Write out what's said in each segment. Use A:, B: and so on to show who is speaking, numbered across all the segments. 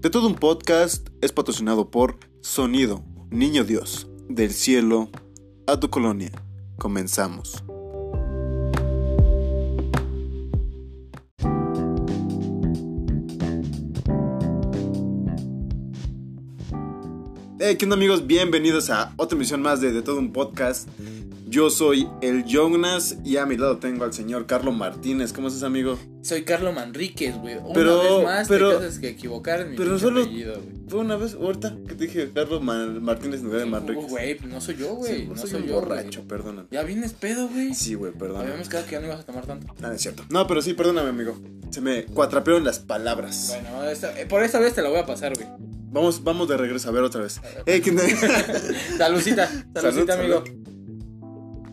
A: De todo un podcast es patrocinado por Sonido, Niño Dios, del cielo a tu colonia. Comenzamos. Hey, ¿qué onda amigos? Bienvenidos a otra emisión más de De todo un podcast. Yo soy el Jonas y a mi lado tengo al señor Carlos Martínez. ¿Cómo estás, amigo?
B: Soy Carlo Manríquez, güey. Una
A: Pero-
B: vez más
A: pero-
B: te tienes que equivocar en mi
A: pero
B: pinche
A: solo-
B: apellido, güey.
A: Fue una vez, ahorita que te dije Carlos Man- Martínez en lugar de Manrique.
B: Oh, Güey, no soy yo, güey.
A: Sí, pues
B: no
A: soy
B: soy
A: un
B: yo,
A: borracho,
B: güey.
A: perdóname.
B: Ya vienes pedo, güey.
A: Sí, güey, perdóname.
B: Habíamos quedado que ya no ibas a tomar tanto.
A: Nada, es cierto. No, pero sí, perdóname, amigo. Se me cuatrapearon las palabras.
B: Bueno, esta- eh, por esta vez te la voy a pasar, güey.
A: Vamos, vamos de regreso a ver otra vez. Eh, Ey, ¿quién-
B: Salucita,
A: Salud,
B: salucita, amigo.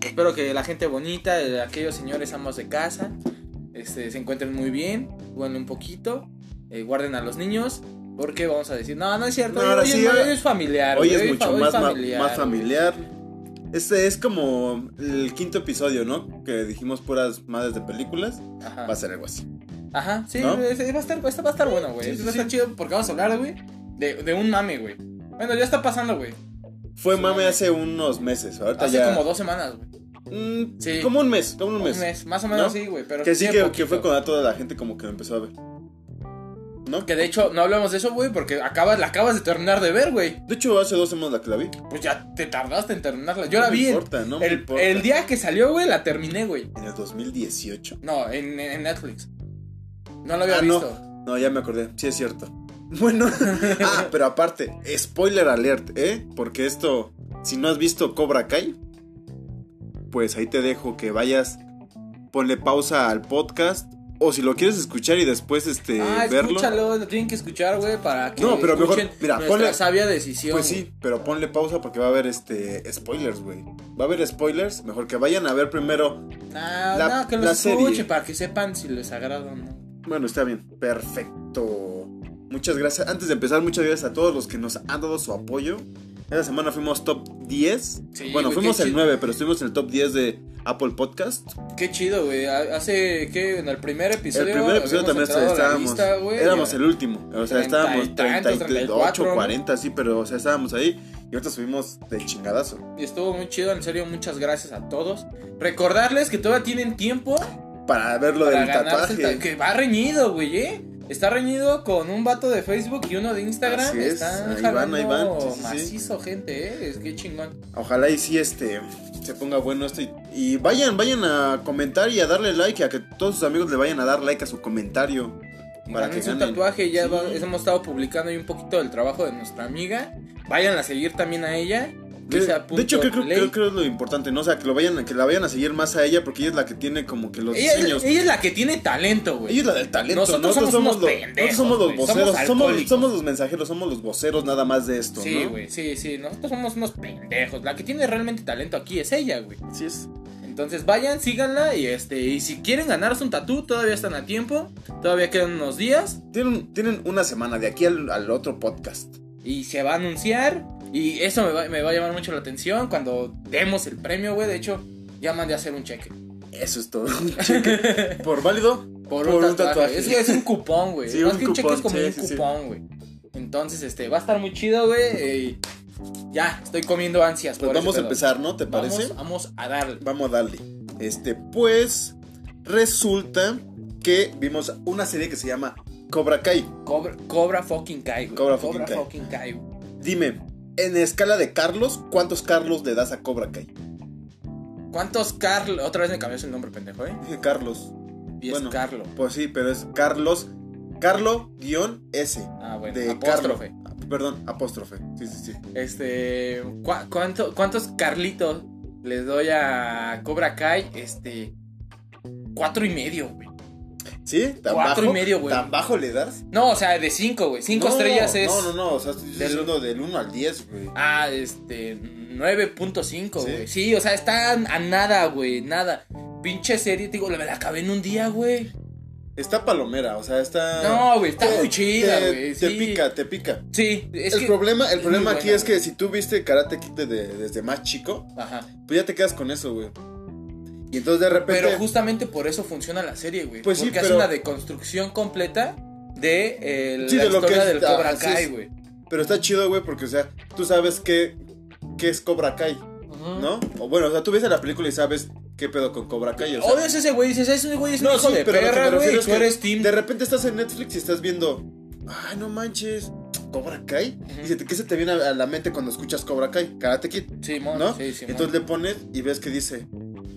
B: Espero que la gente bonita, de aquellos señores amos de casa, este, se encuentren muy bien, jueguen un poquito, eh, guarden a los niños, porque vamos a decir, no, no es cierto,
A: No,
B: hoy-
A: ahora
B: hoy,
A: sí,
B: es,
A: ahora-
B: hoy es familiar,
A: Hoy
B: güey,
A: es
B: hoy fa-
A: mucho
B: hoy
A: más, ma- más
B: güey.
A: familiar. Este es como el quinto episodio, ¿no? Que dijimos puras madres de películas.
B: Ajá.
A: Va a ser algo así.
B: Ajá, sí,
A: ¿No?
B: es- es- va a estar, esta va a estar bueno, güey.
A: Sí,
B: Esto
A: sí,
B: va a estar
A: sí.
B: chido porque vamos a hablar, güey, de, de un mame, güey. Bueno, ya está pasando, güey.
A: Fue
B: Sí,
A: mame
B: mame.
A: hace unos meses. Ahorita
B: Hace
A: ya.
B: como dos semanas, güey.
A: Mm,
B: Sí.
A: Como un mes, como un
B: Un
A: mes.
B: mes, más o menos
A: ¿No?
B: sí, güey. Pero
A: Que sí,
B: tiene
A: que, que
B: poquito.
A: fue cuando toda la gente como que lo empezó a ver. ¿No?
B: Que de hecho, no hablamos de eso, güey, porque acabas, la acabas de terminar de ver, güey.
A: De hecho, hace dos semanas la que la vi.
B: Pues ya te tardaste en terminarla. Yo
A: No
B: la
A: me
B: vi el-
A: importa, no me
B: el,
A: importa.
B: el día que salió, güey, la terminé, güey.
A: En el 2018.
B: No, en, en Netflix. No la había
A: Ah, no.
B: visto.
A: No, ya me acordé. Sí, es cierto. Bueno, ah, pero aparte, spoiler alert, ¿eh? Porque esto, si no has visto Cobra Kai, pues ahí te dejo que vayas, ponle pausa al podcast. O si lo quieres escuchar y después este,
B: ah,
A: verlo.
B: escúchalo, lo tienen que escuchar, güey, para que
A: No, pero mejor-
B: escuchen
A: mira,
B: nuestra
A: ponle-
B: sabia decisión.
A: Pues
B: güey.
A: sí, pero ponle pausa porque va a haber este spoilers, güey. Va a haber spoilers, mejor que vayan a ver primero.
B: Ah,
A: La-
B: no, que
A: la
B: los
A: serie.
B: escuche para que sepan si les agrada o no.
A: Bueno, está bien, perfecto. Muchas gracias. Antes de empezar, muchas gracias a todos los que nos han dado su apoyo. Esta semana fuimos top 10.
B: Sí,
A: bueno,
B: güey,
A: fuimos
B: qué
A: el
B: chido.
A: 9, pero estuvimos en el top 10 de Apple Podcast.
B: Qué chido, güey. Ha- Hace que en el primer episodio.
A: el primer episodio también
B: habíamos entrado a la
A: estábamos.
B: lista, güey,
A: éramos
B: y-
A: el último. O sea,
B: Treinta y
A: estábamos
B: tantos,
A: 38,
B: 34, ¿no?
A: 40, sí, pero o sea, estábamos ahí. Y ahorita subimos de chingadazo.
B: Y estuvo muy chido, en serio, muchas gracias a todos. Recordarles que todavía tienen tiempo
A: Para ver lo
B: para
A: del
B: ganarse el
A: tatuaje.
B: ta- que va reñido, güey, ¿eh? Está reñido con un vato de Facebook y uno de Instagram.
A: Así es,
B: Están
A: ahí van,
B: jalando
A: ahí van, sí, sí, sí.
B: macizo, gente, ¿eh? Es que chingón.
A: Ojalá y sí este se ponga bueno esto y, y vayan, vayan a comentar y a darle like, a que todos sus amigos le vayan a dar like a su comentario. Para que
B: Ganen su
A: ganen.
B: tatuaje, ya
A: Sí.
B: va- hemos estado publicando ahí un poquito del trabajo de nuestra amiga. Vayan a seguir también a ella.
A: Que-
B: Luisa
A: de hecho, que creo,
B: punto Ley.
A: creo, creo es lo importante, ¿no? O sea, que lo vayan, a- que la vayan a seguir más a ella porque ella es la que tiene como que los
B: ella, es-
A: diseños.
B: ella es la que tiene talento, güey.
A: Ella es la del talento,
B: Nosotros
A: nosotros
B: somos
A: somos,
B: unos
A: los,
B: pendejos,
A: nosotros somos los
B: güey,
A: voceros,
B: somos
A: somos,
B: alcohólicos.
A: somos los mensajeros, somos los voceros nada más de esto,
B: Sí,
A: ¿no?
B: güey, sí, sí. Nosotros somos unos pendejos. La que tiene realmente talento aquí es ella, güey.
A: Así es.
B: Entonces vayan, síganla y este. Y si quieren ganarse un tatú, todavía están a tiempo. Todavía quedan unos días.
A: Tienen, tienen una semana de aquí al, al otro podcast.
B: Y se va a anunciar. Y eso me va, me va a llamar mucho la atención cuando demos el premio, güey. De hecho, ya mandé a hacer un cheque.
A: Eso es todo. Cheque. Por válido,
B: Por,
A: Por
B: un
A: un
B: tatuaje.
A: tatuaje.
B: Es, que es un cupón, güey.
A: Sí,
B: Más
A: un
B: que un cheque es
A: cupón,
B: como
A: sí,
B: un
A: sí, sí.
B: cupón, güey. Entonces, este, va a estar muy chido, güey. eh, Ya, estoy comiendo ansias.
A: pues
B: por ese
A: vamos a
B: pedo.
A: empezar, ¿no? ¿Te parece?
B: Vamos, vamos a darle.
A: Vamos a darle. Este, pues resulta que vimos una serie que se llama Cobra Kai.
B: Cobra, Cobra fucking Kai, güey.
A: Cobra fucking Kai.
B: Kai, güey.
A: Dime, en escala de Carlos, ¿cuántos Carlos le das a Cobra Kai?
B: ¿Cuántos Carlos? Otra vez me cambió el nombre, pendejo, eh.
A: Dije Carlos.
B: 10
A: Bueno.
B: Carlo.
A: Pues sí, pero es Carlos. Carlo-S.
B: Ah, bueno.
A: De
B: apóstrofe.
A: Carlo. Ah, Perdón, apóstrofe. Sí, sí, sí.
B: Este. ¿cu- cuánto- ¿Cuántos Carlitos les doy a Cobra Kai? Este. Cuatro y medio, güey.
A: ¿Sí? ¿Tan
B: Cuatro y
A: bajo?
B: medio, güey.
A: ¿Tan bajo le das?
B: No, o sea, de cinco, güey. Cinco
A: No,
B: estrellas es.
A: No, no, no. O sea, estoy
B: Del-
A: diciendo del 1 al 10, güey.
B: Ah, este. 9.5,
A: Sí.
B: güey. Sí, o sea, está a nada, güey. Nada. Pinche serie, te digo, me la acabé en un día, güey.
A: Está palomera, o sea, está.
B: No, güey, está
A: Ah, Te-
B: muy chida,
A: te-
B: güey.
A: Te
B: sí.
A: pica, te pica.
B: Sí, es
A: el
B: que.
A: problema, el
B: es
A: problema
B: muy
A: aquí
B: buena,
A: es que
B: güey.
A: si tú viste Karate Kid desde, desde más chico,
B: Ajá.
A: pues ya te quedas con eso, güey. Y entonces de repente.
B: Pero justamente por eso funciona la serie, güey.
A: Pues sí,
B: Porque hace
A: pero-
B: una deconstrucción completa de eh,
A: Sí,
B: la
A: de lo
B: historia
A: que es-
B: del Cobra
A: así
B: Kai,
A: es.
B: güey.
A: Pero está chido, güey, porque, o sea, tú sabes qué, qué es Cobra Kai,
B: Ujú.
A: ¿no? O bueno, o sea, tú ves la película y sabes qué pedo con Cobra Kai. O sea,
B: Odias a ese güey, dices, ese güey es un
A: No,
B: hijo
A: sí,
B: de
A: pero lo que me
B: perra,
A: refiero
B: güey,
A: es
B: tú
A: que
B: eres team.
A: de repente estás en Netflix y estás viendo, ay, no manches, Cobra Kai.
B: Ujú.
A: Y se te, ¿qué se te viene a a la mente cuando escuchas Cobra Kai? Karate Kid,
B: Sí, mon,
A: ¿no?
B: sí, sí, mon.
A: Entonces le pones y ves que dice,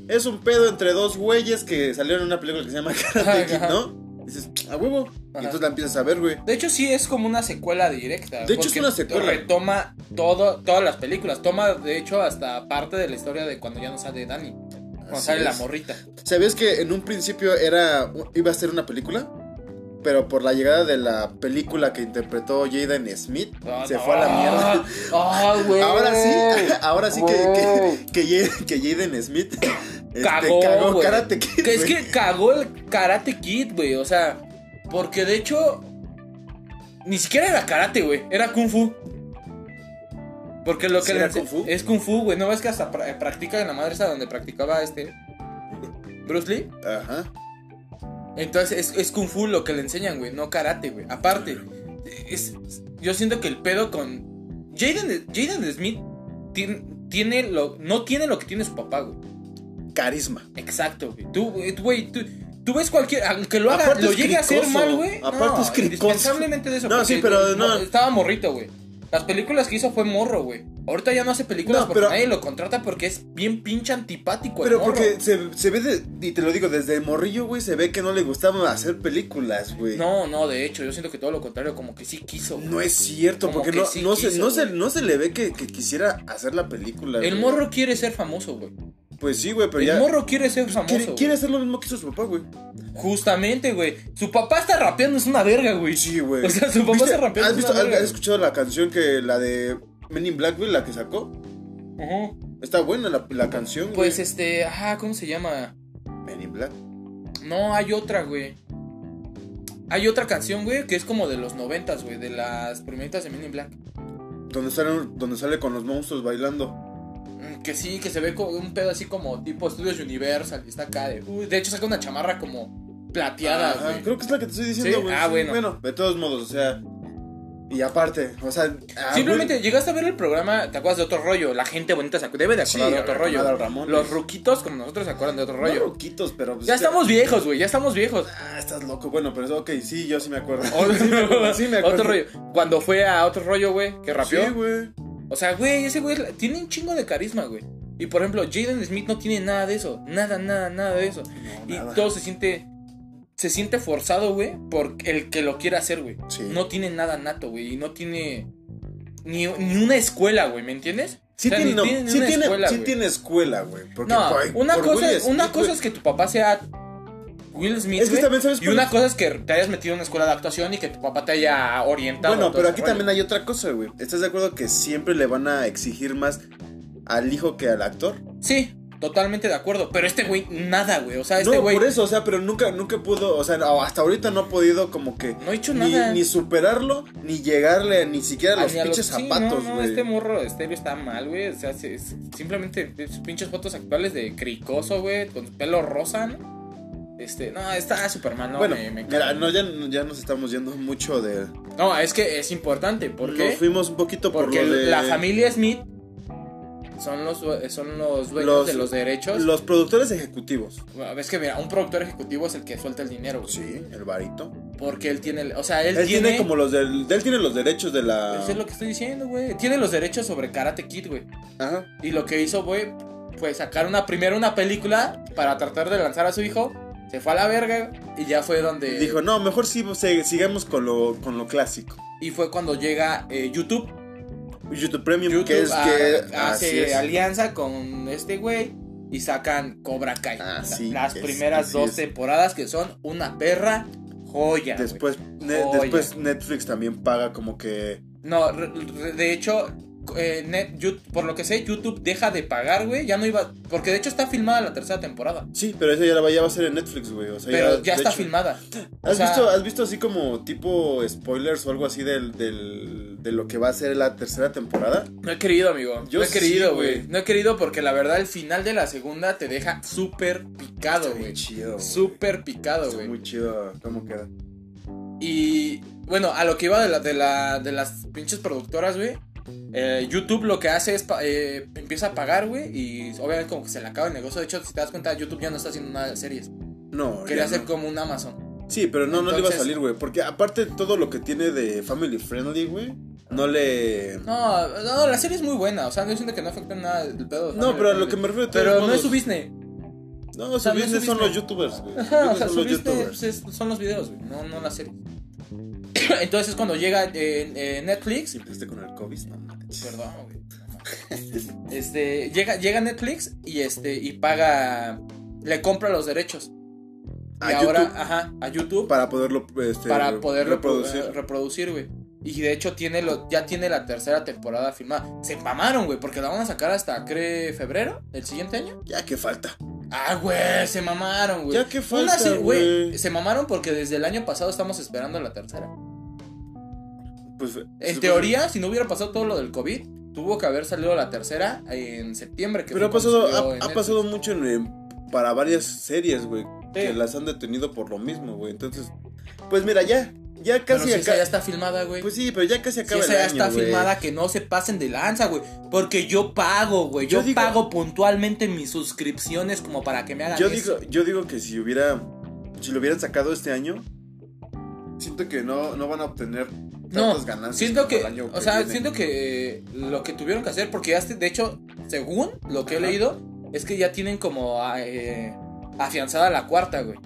A: es un pedo entre dos güeyes que salieron en una película que se llama Karate Kid,
B: Ajá.
A: ¿no? Dices, a huevo. Y
B: Ajá.
A: entonces la empiezas a ver, güey.
B: De hecho, sí es como una secuela directa.
A: De hecho,
B: porque
A: es una secuela.
B: Retoma todo, todas las películas. Toma, de hecho, hasta parte de la historia de cuando ya no sale Dani. Cuando
A: Así
B: sale la
A: es.
B: morrita.
A: ¿Sabías que en un principio era iba a ser una película? Pero por la llegada de la película que interpretó Jaden Smith,
B: Ah,
A: se
B: no.
A: fue a la mierda.
B: Ah, güey.
A: Ahora sí, ahora sí que,
B: Wow.
A: que, que, Jaden- que Jaden Smith este,
B: Cagó, güey.
A: Karate Kid.
B: Que es
A: güey.
B: que cagó el Karate Kid, güey. O sea, porque de hecho. Ni siquiera era karate, güey. Era kung fu. Porque lo que
A: ¿Sí
B: le
A: era
B: ense-
A: kung fu?
B: es kung fu, güey. ¿No ves que hasta pra- practica en la madre esa donde practicaba este. Bruce Lee?
A: Ajá.
B: Entonces es, es kung fu lo que le enseñan, güey, no karate, güey. Aparte, es- es- yo siento que el pedo con Jaden, Jaden Smith tiene, tiene lo, no tiene lo que tiene su papá, güey.
A: Carisma.
B: Exacto, güey. Tú, güey, tú- güey, tú, tú ves cualquier, aunque lo haga,
A: Aparte
B: lo
A: es
B: llegue a hacer
A: cricoso.
B: mal, güey.
A: Aparte
B: no,
A: es cricoso.
B: indispensablemente de eso.
A: No,
B: porque
A: sí, pero no-
B: Estaba morrito, güey. Las películas que hizo fue morro, güey. Ahorita ya no hace películas
A: No,
B: porque
A: pero-
B: nadie lo contrata porque es bien pinche antipático. el
A: Pero
B: morro.
A: porque se, se ve, de- y te lo digo, desde morrillo, güey, se ve que no le gustaba hacer películas, güey.
B: No, no, de hecho, yo siento que todo lo contrario, como que sí quiso. güey.
A: No es cierto,
B: Como
A: porque
B: que
A: no,
B: sí
A: no, se,
B: quiso,
A: no, se,
B: güey.
A: no se le ve que, que quisiera hacer la película.
B: El
A: güey.
B: morro quiere ser famoso, güey.
A: Pues sí, güey, pero
B: El
A: ya.
B: morro quiere ser famoso.
A: Quiere,
B: güey.
A: quiere hacer lo mismo que hizo su papá, güey.
B: Justamente, güey. Su papá está rapeando, es una verga, güey.
A: Sí, güey.
B: O sea, su papá
A: ¿Viste?
B: se rapeó.
A: ¿Has,
B: es
A: visto,
B: una
A: has,
B: verga,
A: has escuchado la canción que la de Men in Black, güey, la que sacó?
B: güey. Ujú.
A: Está buena la, la canción,
B: Pues
A: güey.
B: este, ah, ¿cómo se llama?
A: Men in Black.
B: No, hay otra, güey. Hay otra canción, güey, que es como de los noventas, güey, de las primeritas de Men in Black.
A: Donde sale, donde sale con los monstruos bailando.
B: Mm, Que sí, que se ve como un pedo así como tipo Estudios Universal y está acá de. Uy, de hecho saca una chamarra como plateada,
A: Ajá,
B: güey.
A: creo que es la que te estoy diciendo,
B: Sí,
A: güey.
B: ah,
A: Sí,
B: bueno.
A: de todos modos, o sea. Y aparte, o sea. ah,
B: Simplemente
A: güey,
B: llegaste a ver el programa, te acuerdas de otro rollo. La gente bonita se acu- debe de
A: Sí,
B: acordar de otro
A: Ramón,
B: rollo.
A: Ramón.
B: Los ruquitos como nosotros se acuerdan de otro
A: no
B: rollo.
A: loquitos, pero. pues,
B: ya
A: o sea,
B: estamos viejos, güey, ya estamos viejos.
A: Ah, estás loco. Bueno, pero ok, sí, yo sí me acuerdo. sí, me acuerdo, sí me acuerdo.
B: otro rollo. Cuando fue a otro rollo, güey, que rapeó.
A: Sí, güey.
B: o sea, güey, ese güey es la- tiene un chingo de carisma, güey. Y por ejemplo, Jaden Smith no tiene nada de eso. Nada, nada, nada de eso.
A: No,
B: y
A: nada.
B: todo se siente. Se siente forzado, güey, por el que lo quiera hacer, güey.
A: Sí.
B: No tiene nada nato, güey. Y no tiene. Ni, ni una escuela, güey, ¿me entiendes?
A: Sí,
B: O sea,
A: tiene,
B: ni
A: no, sí
B: una
A: tiene-
B: escuela,
A: sí
B: güey.
A: tiene escuela, güey. Porque
B: No,
A: por-
B: una,
A: por
B: cosa,
A: Will
B: es- una
A: Smith,
B: cosa
A: güey.
B: es que tu papá sea Will Smith.
A: Es que
B: güey,
A: también sabes
B: y
A: cuál
B: una
A: es-
B: cosa es que te hayas metido en una escuela de actuación y que tu papá te haya orientado.
A: Bueno,
B: a todo
A: pero
B: ese
A: aquí
B: rollo.
A: también hay otra cosa, güey. ¿Estás de acuerdo que siempre le van a exigir más al hijo que al actor?
B: Sí, totalmente de acuerdo. Pero este güey, nada, güey. O sea, este
A: no,
B: güey.
A: por eso, o sea, pero nunca, nunca pudo, o sea, no, hasta ahorita no ha podido como que
B: No ha hecho
A: ni,
B: nada.
A: ni superarlo, ni llegarle ni siquiera a
B: Ah,
A: los
B: ni a los-
A: pinches
B: sí,
A: zapatos,
B: no, no,
A: güey.
B: este morro estéreo está mal, güey. O sea, se- es- simplemente sus pinches fotos actuales de cricoso, güey, con pelo rosa, ¿no? Este, no, está súper mal, no,
A: bueno,
B: me- me
A: mira,
B: cae.
A: no, ya, ya nos estamos yendo mucho de...
B: No, es que es importante, ¿por qué?
A: Nos fuimos un poquito
B: Porque
A: por lo de...
B: la familia Smith son los, due- son los dueños
A: Los-
B: de los derechos.
A: Los productores ejecutivos.
B: Bueno, ves que mira, un productor ejecutivo es el que suelta el dinero, güey.
A: Sí, el varito.
B: Porque él tiene, el- o sea, él,
A: Él, tiene... como los del... Él tiene los derechos de la...
B: Eso es lo que estoy diciendo, güey. Tiene los derechos sobre Karate Kid, güey.
A: Ajá.
B: Y lo que hizo, güey, fue sacar una primero una película para tratar de lanzar a su hijo. Se fue a la verga y ya fue donde
A: Dijo, no, mejor sí se- sigamos con lo, con lo clásico.
B: y fue cuando llega eh, YouTube
A: YouTube Premium,
B: YouTube ah,
A: que es
B: ha-
A: que... así
B: hace
A: es.
B: alianza con este güey y sacan Cobra Kai.
A: Así
B: Las
A: Ah, es,
B: primeras
A: así
B: dos
A: es.
B: temporadas que son una perra joya. güey.
A: Después, ne-
B: Joya.
A: después Netflix también paga como que...
B: No, re- re- de hecho, eh, net- Yu- por lo que sé, YouTube deja de pagar, güey. Ya no iba. Porque de hecho está filmada la tercera temporada.
A: Sí, pero esa ya, la va, ya va a ser en Netflix, güey. O sea,
B: Pero ya,
A: de
B: está
A: hecho-
B: filmada. o
A: ¿Has,
B: sea-
A: visto, ¿Has visto así como tipo spoilers o algo así del, del- de lo que va a ser la tercera temporada?
B: No he querido, amigo.
A: Yo
B: no he
A: sí,
B: querido,
A: güey.
B: güey. No he querido porque la verdad el final de la segunda te deja súper picado,
A: Está bien
B: güey.
A: chido. güey.
B: Súper picado,
A: Está
B: güey.
A: muy chido cómo queda.
B: Y bueno, a lo que iba de, la, de, la, de las pinches productoras, güey. eh, YouTube lo que hace es pa- eh, empieza a pagar, güey. Y obviamente, como que se le acaba el negocio. De hecho, si te das cuenta, YouTube ya no está haciendo nada de series.
A: No,
B: Quería
A: ya
B: hacer
A: no.
B: como un Amazon.
A: Sí, pero no, no le iba a
B: Entonces-
A: salir, güey. Porque aparte todo lo que tiene de family friendly, güey, no le. No,
B: No, no, la serie es muy buena. O sea, no siento que no afecta en nada el pedo.
A: pero a lo que me refiero. de todos
B: Pero no
A: modos-
B: es su business.
A: No, su
B: sea, no es
A: business
B: su
A: son
B: business.
A: los youtubers, güey.
B: Ajá, o
A: Business
B: sea,
A: son
B: su
A: los
B: business
A: youtubers.
B: es- son los videos, güey. No, no la serie. Entonces, es cuando llega eh, eh, Netflix.
A: Si empezaste con el COVID, no manches.
B: Perdón, güey. no mames. Este, llega, llega Netflix y este, y paga, le compra los derechos.
A: A
B: y ahora,
A: YouTube.
B: ajá, a YouTube para,
A: Para poderlo este, reproducir.
B: poder reproducir, reproducir, güey. Y de hecho tiene lo, ya tiene la tercera temporada filmada. Se mamaron, güey, porque la van a sacar hasta, cree, febrero del siguiente año.
A: Ya que falta.
B: Ah, güey, se mamaron, güey.
A: Ya que
B: Una
A: falta,
B: se-
A: güey.
B: Se mamaron porque desde el año pasado estamos esperando la tercera.
A: Pues,
B: En
A: se-
B: teoría, si no hubiera pasado todo lo del COVID, tuvo que haber salido la tercera en septiembre. Que
A: Pero ha
B: fue
A: pasado,
B: cuando
A: ha,
B: salió en
A: ha
B: Netflix.
A: pasado mucho en, en- para varias series, güey. Que
B: Sí.
A: las han detenido por lo mismo, güey. Entonces, pues mira, ya. Ya
B: Pero
A: casi
B: si esa
A: acá-
B: ya está filmada, güey.
A: Pues sí, pero ya casi
B: si
A: acaba
B: esa
A: el
B: ya
A: año,
B: está
A: güey.
B: filmada, que no se pasen de lanza, güey. Porque yo pago, güey.
A: Yo
B: Yo,
A: digo-
B: pago puntualmente mis suscripciones como para que me hagan
A: Yo
B: eso.
A: digo, yo digo que si hubiera. Si lo hubieran sacado este año. Siento que no, no van a obtener
B: No,
A: tantas ganancias.
B: siento
A: como
B: que,
A: el año
B: o sea,
A: viene.
B: siento que eh, lo que tuvieron que hacer, porque ya, este- de hecho, según lo que
A: Ajá.
B: he leído, es que ya tienen como ah, eh, afianzada la cuarta, güey.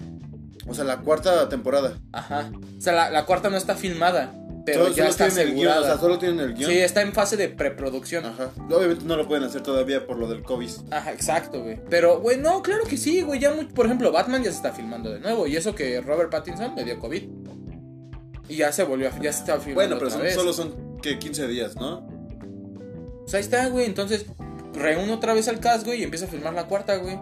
A: O sea, la cuarta temporada.
B: Ajá. O sea, la, la cuarta no está filmada, pero
A: Solo-
B: ya
A: solo
B: está
A: tienen el guión,
B: asegurada.
A: o sea, solo tienen el guión.
B: sí, está en fase de preproducción. Ajá.
A: Ajá. Obviamente no lo pueden hacer todavía por lo del COVID.
B: exacto, güey. Pero, güey, no, claro que sí, güey. Ya, mu- por ejemplo, Batman ya se está filmando de nuevo. Y eso que Robert Pattinson le dio COVID. Y ya se volvió a. Ya se está filmando.
A: Bueno, pero
B: otra
A: son-
B: vez.
A: solo son que 15 días, ¿no?
B: O sea, ahí está, güey. Entonces, reúno otra vez al casco y empiezo a filmar la cuarta, güey.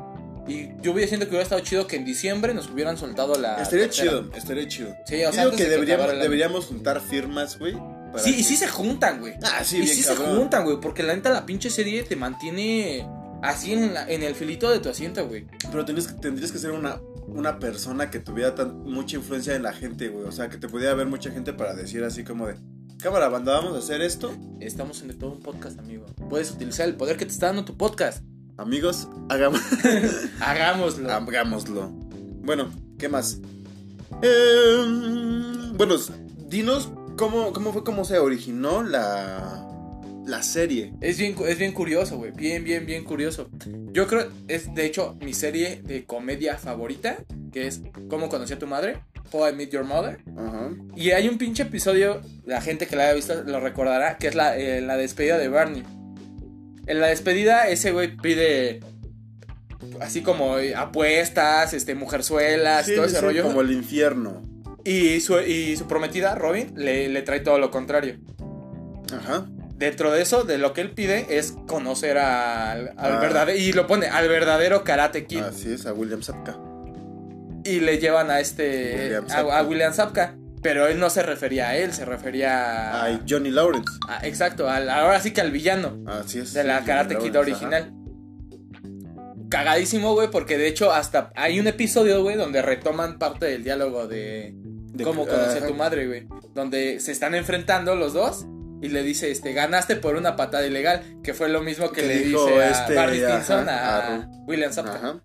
B: Y yo hubiera siento que hubiera estado chido que en diciembre nos hubieran soltado la.
A: estaría
B: tercera.
A: chido, estaría chido.
B: Ah, Sí, o
A: Yo
B: sea,
A: digo
B: antes
A: que
B: de que
A: deberíamos,
B: acabara el año.
A: deberíamos juntar firmas, güey. para
B: Sí,
A: que-
B: y sí se juntan, güey.
A: Ah, sí,
B: y
A: bien
B: sí se
A: cabrón.
B: juntan, güey, porque la neta la pinche serie te mantiene así en, la- en el filito de tu asiento, güey.
A: Pero tienes que- tendrías que ser una, una persona que tuviera tan, mucha influencia en la gente, güey. O sea, que te pudiera ver mucha gente para decir así como de... Cámara, banda, vamos a hacer esto.
B: Estamos en de todo un podcast, amigo. Puedes utilizar el poder que te está dando tu podcast.
A: Amigos, hagamos...
B: Hagámoslo.
A: Hagámoslo. Bueno, ¿qué más? Em, bueno, dinos cómo, cómo fue, cómo se originó la, la serie.
B: Es bien, cu- es bien curioso, güey. Bien, bien, bien curioso. Yo creo, es de hecho mi serie de comedia favorita, que es ¿Cómo conocí a tu madre? How I Met Your Mother.
A: Ajá.
B: Y hay un pinche episodio, la gente que la haya visto lo recordará, que es la, eh, la despedida de Barney. En la despedida, ese güey pide así como eh, apuestas, este,
A: Ah,
B: mujerzuelas,
A: Sí,
B: todo
A: sí,
B: ese
A: sí,
B: rollo.
A: Como el infierno.
B: Y, su, y su prometida, Robin, le, le trae todo lo contrario.
A: Ajá.
B: Dentro de eso, de lo que él pide es conocer al,
A: Ah.
B: verdadero. Y lo pone al verdadero Karate Kid.
A: Así es, a William Sapka.
B: y le llevan a este.
A: William
B: a,
A: Zabka.
B: a William Zapka. Pero él no se refería a él, se refería a.
A: Ay, Johnny Lawrence.
B: Ah, exacto, al- ahora sí que al villano
A: Así es.
B: de la
A: Johnny
B: Karate Kid
A: Lawrence, ajá.
B: original. Cagadísimo, güey, porque de hecho hasta hay un episodio, güey, donde retoman parte del diálogo de
A: De-
B: cómo conocí a
A: ajá.
B: tu madre, güey. Donde se están enfrentando los dos y le dice, este, ganaste por una patada ilegal, que fue lo mismo que
A: Que
B: le
A: dijo
B: dice a
A: este,
B: Barney
A: ajá,
B: Stinson,
A: a
B: a,
A: Ru.
B: William Zapka.
A: Ajá.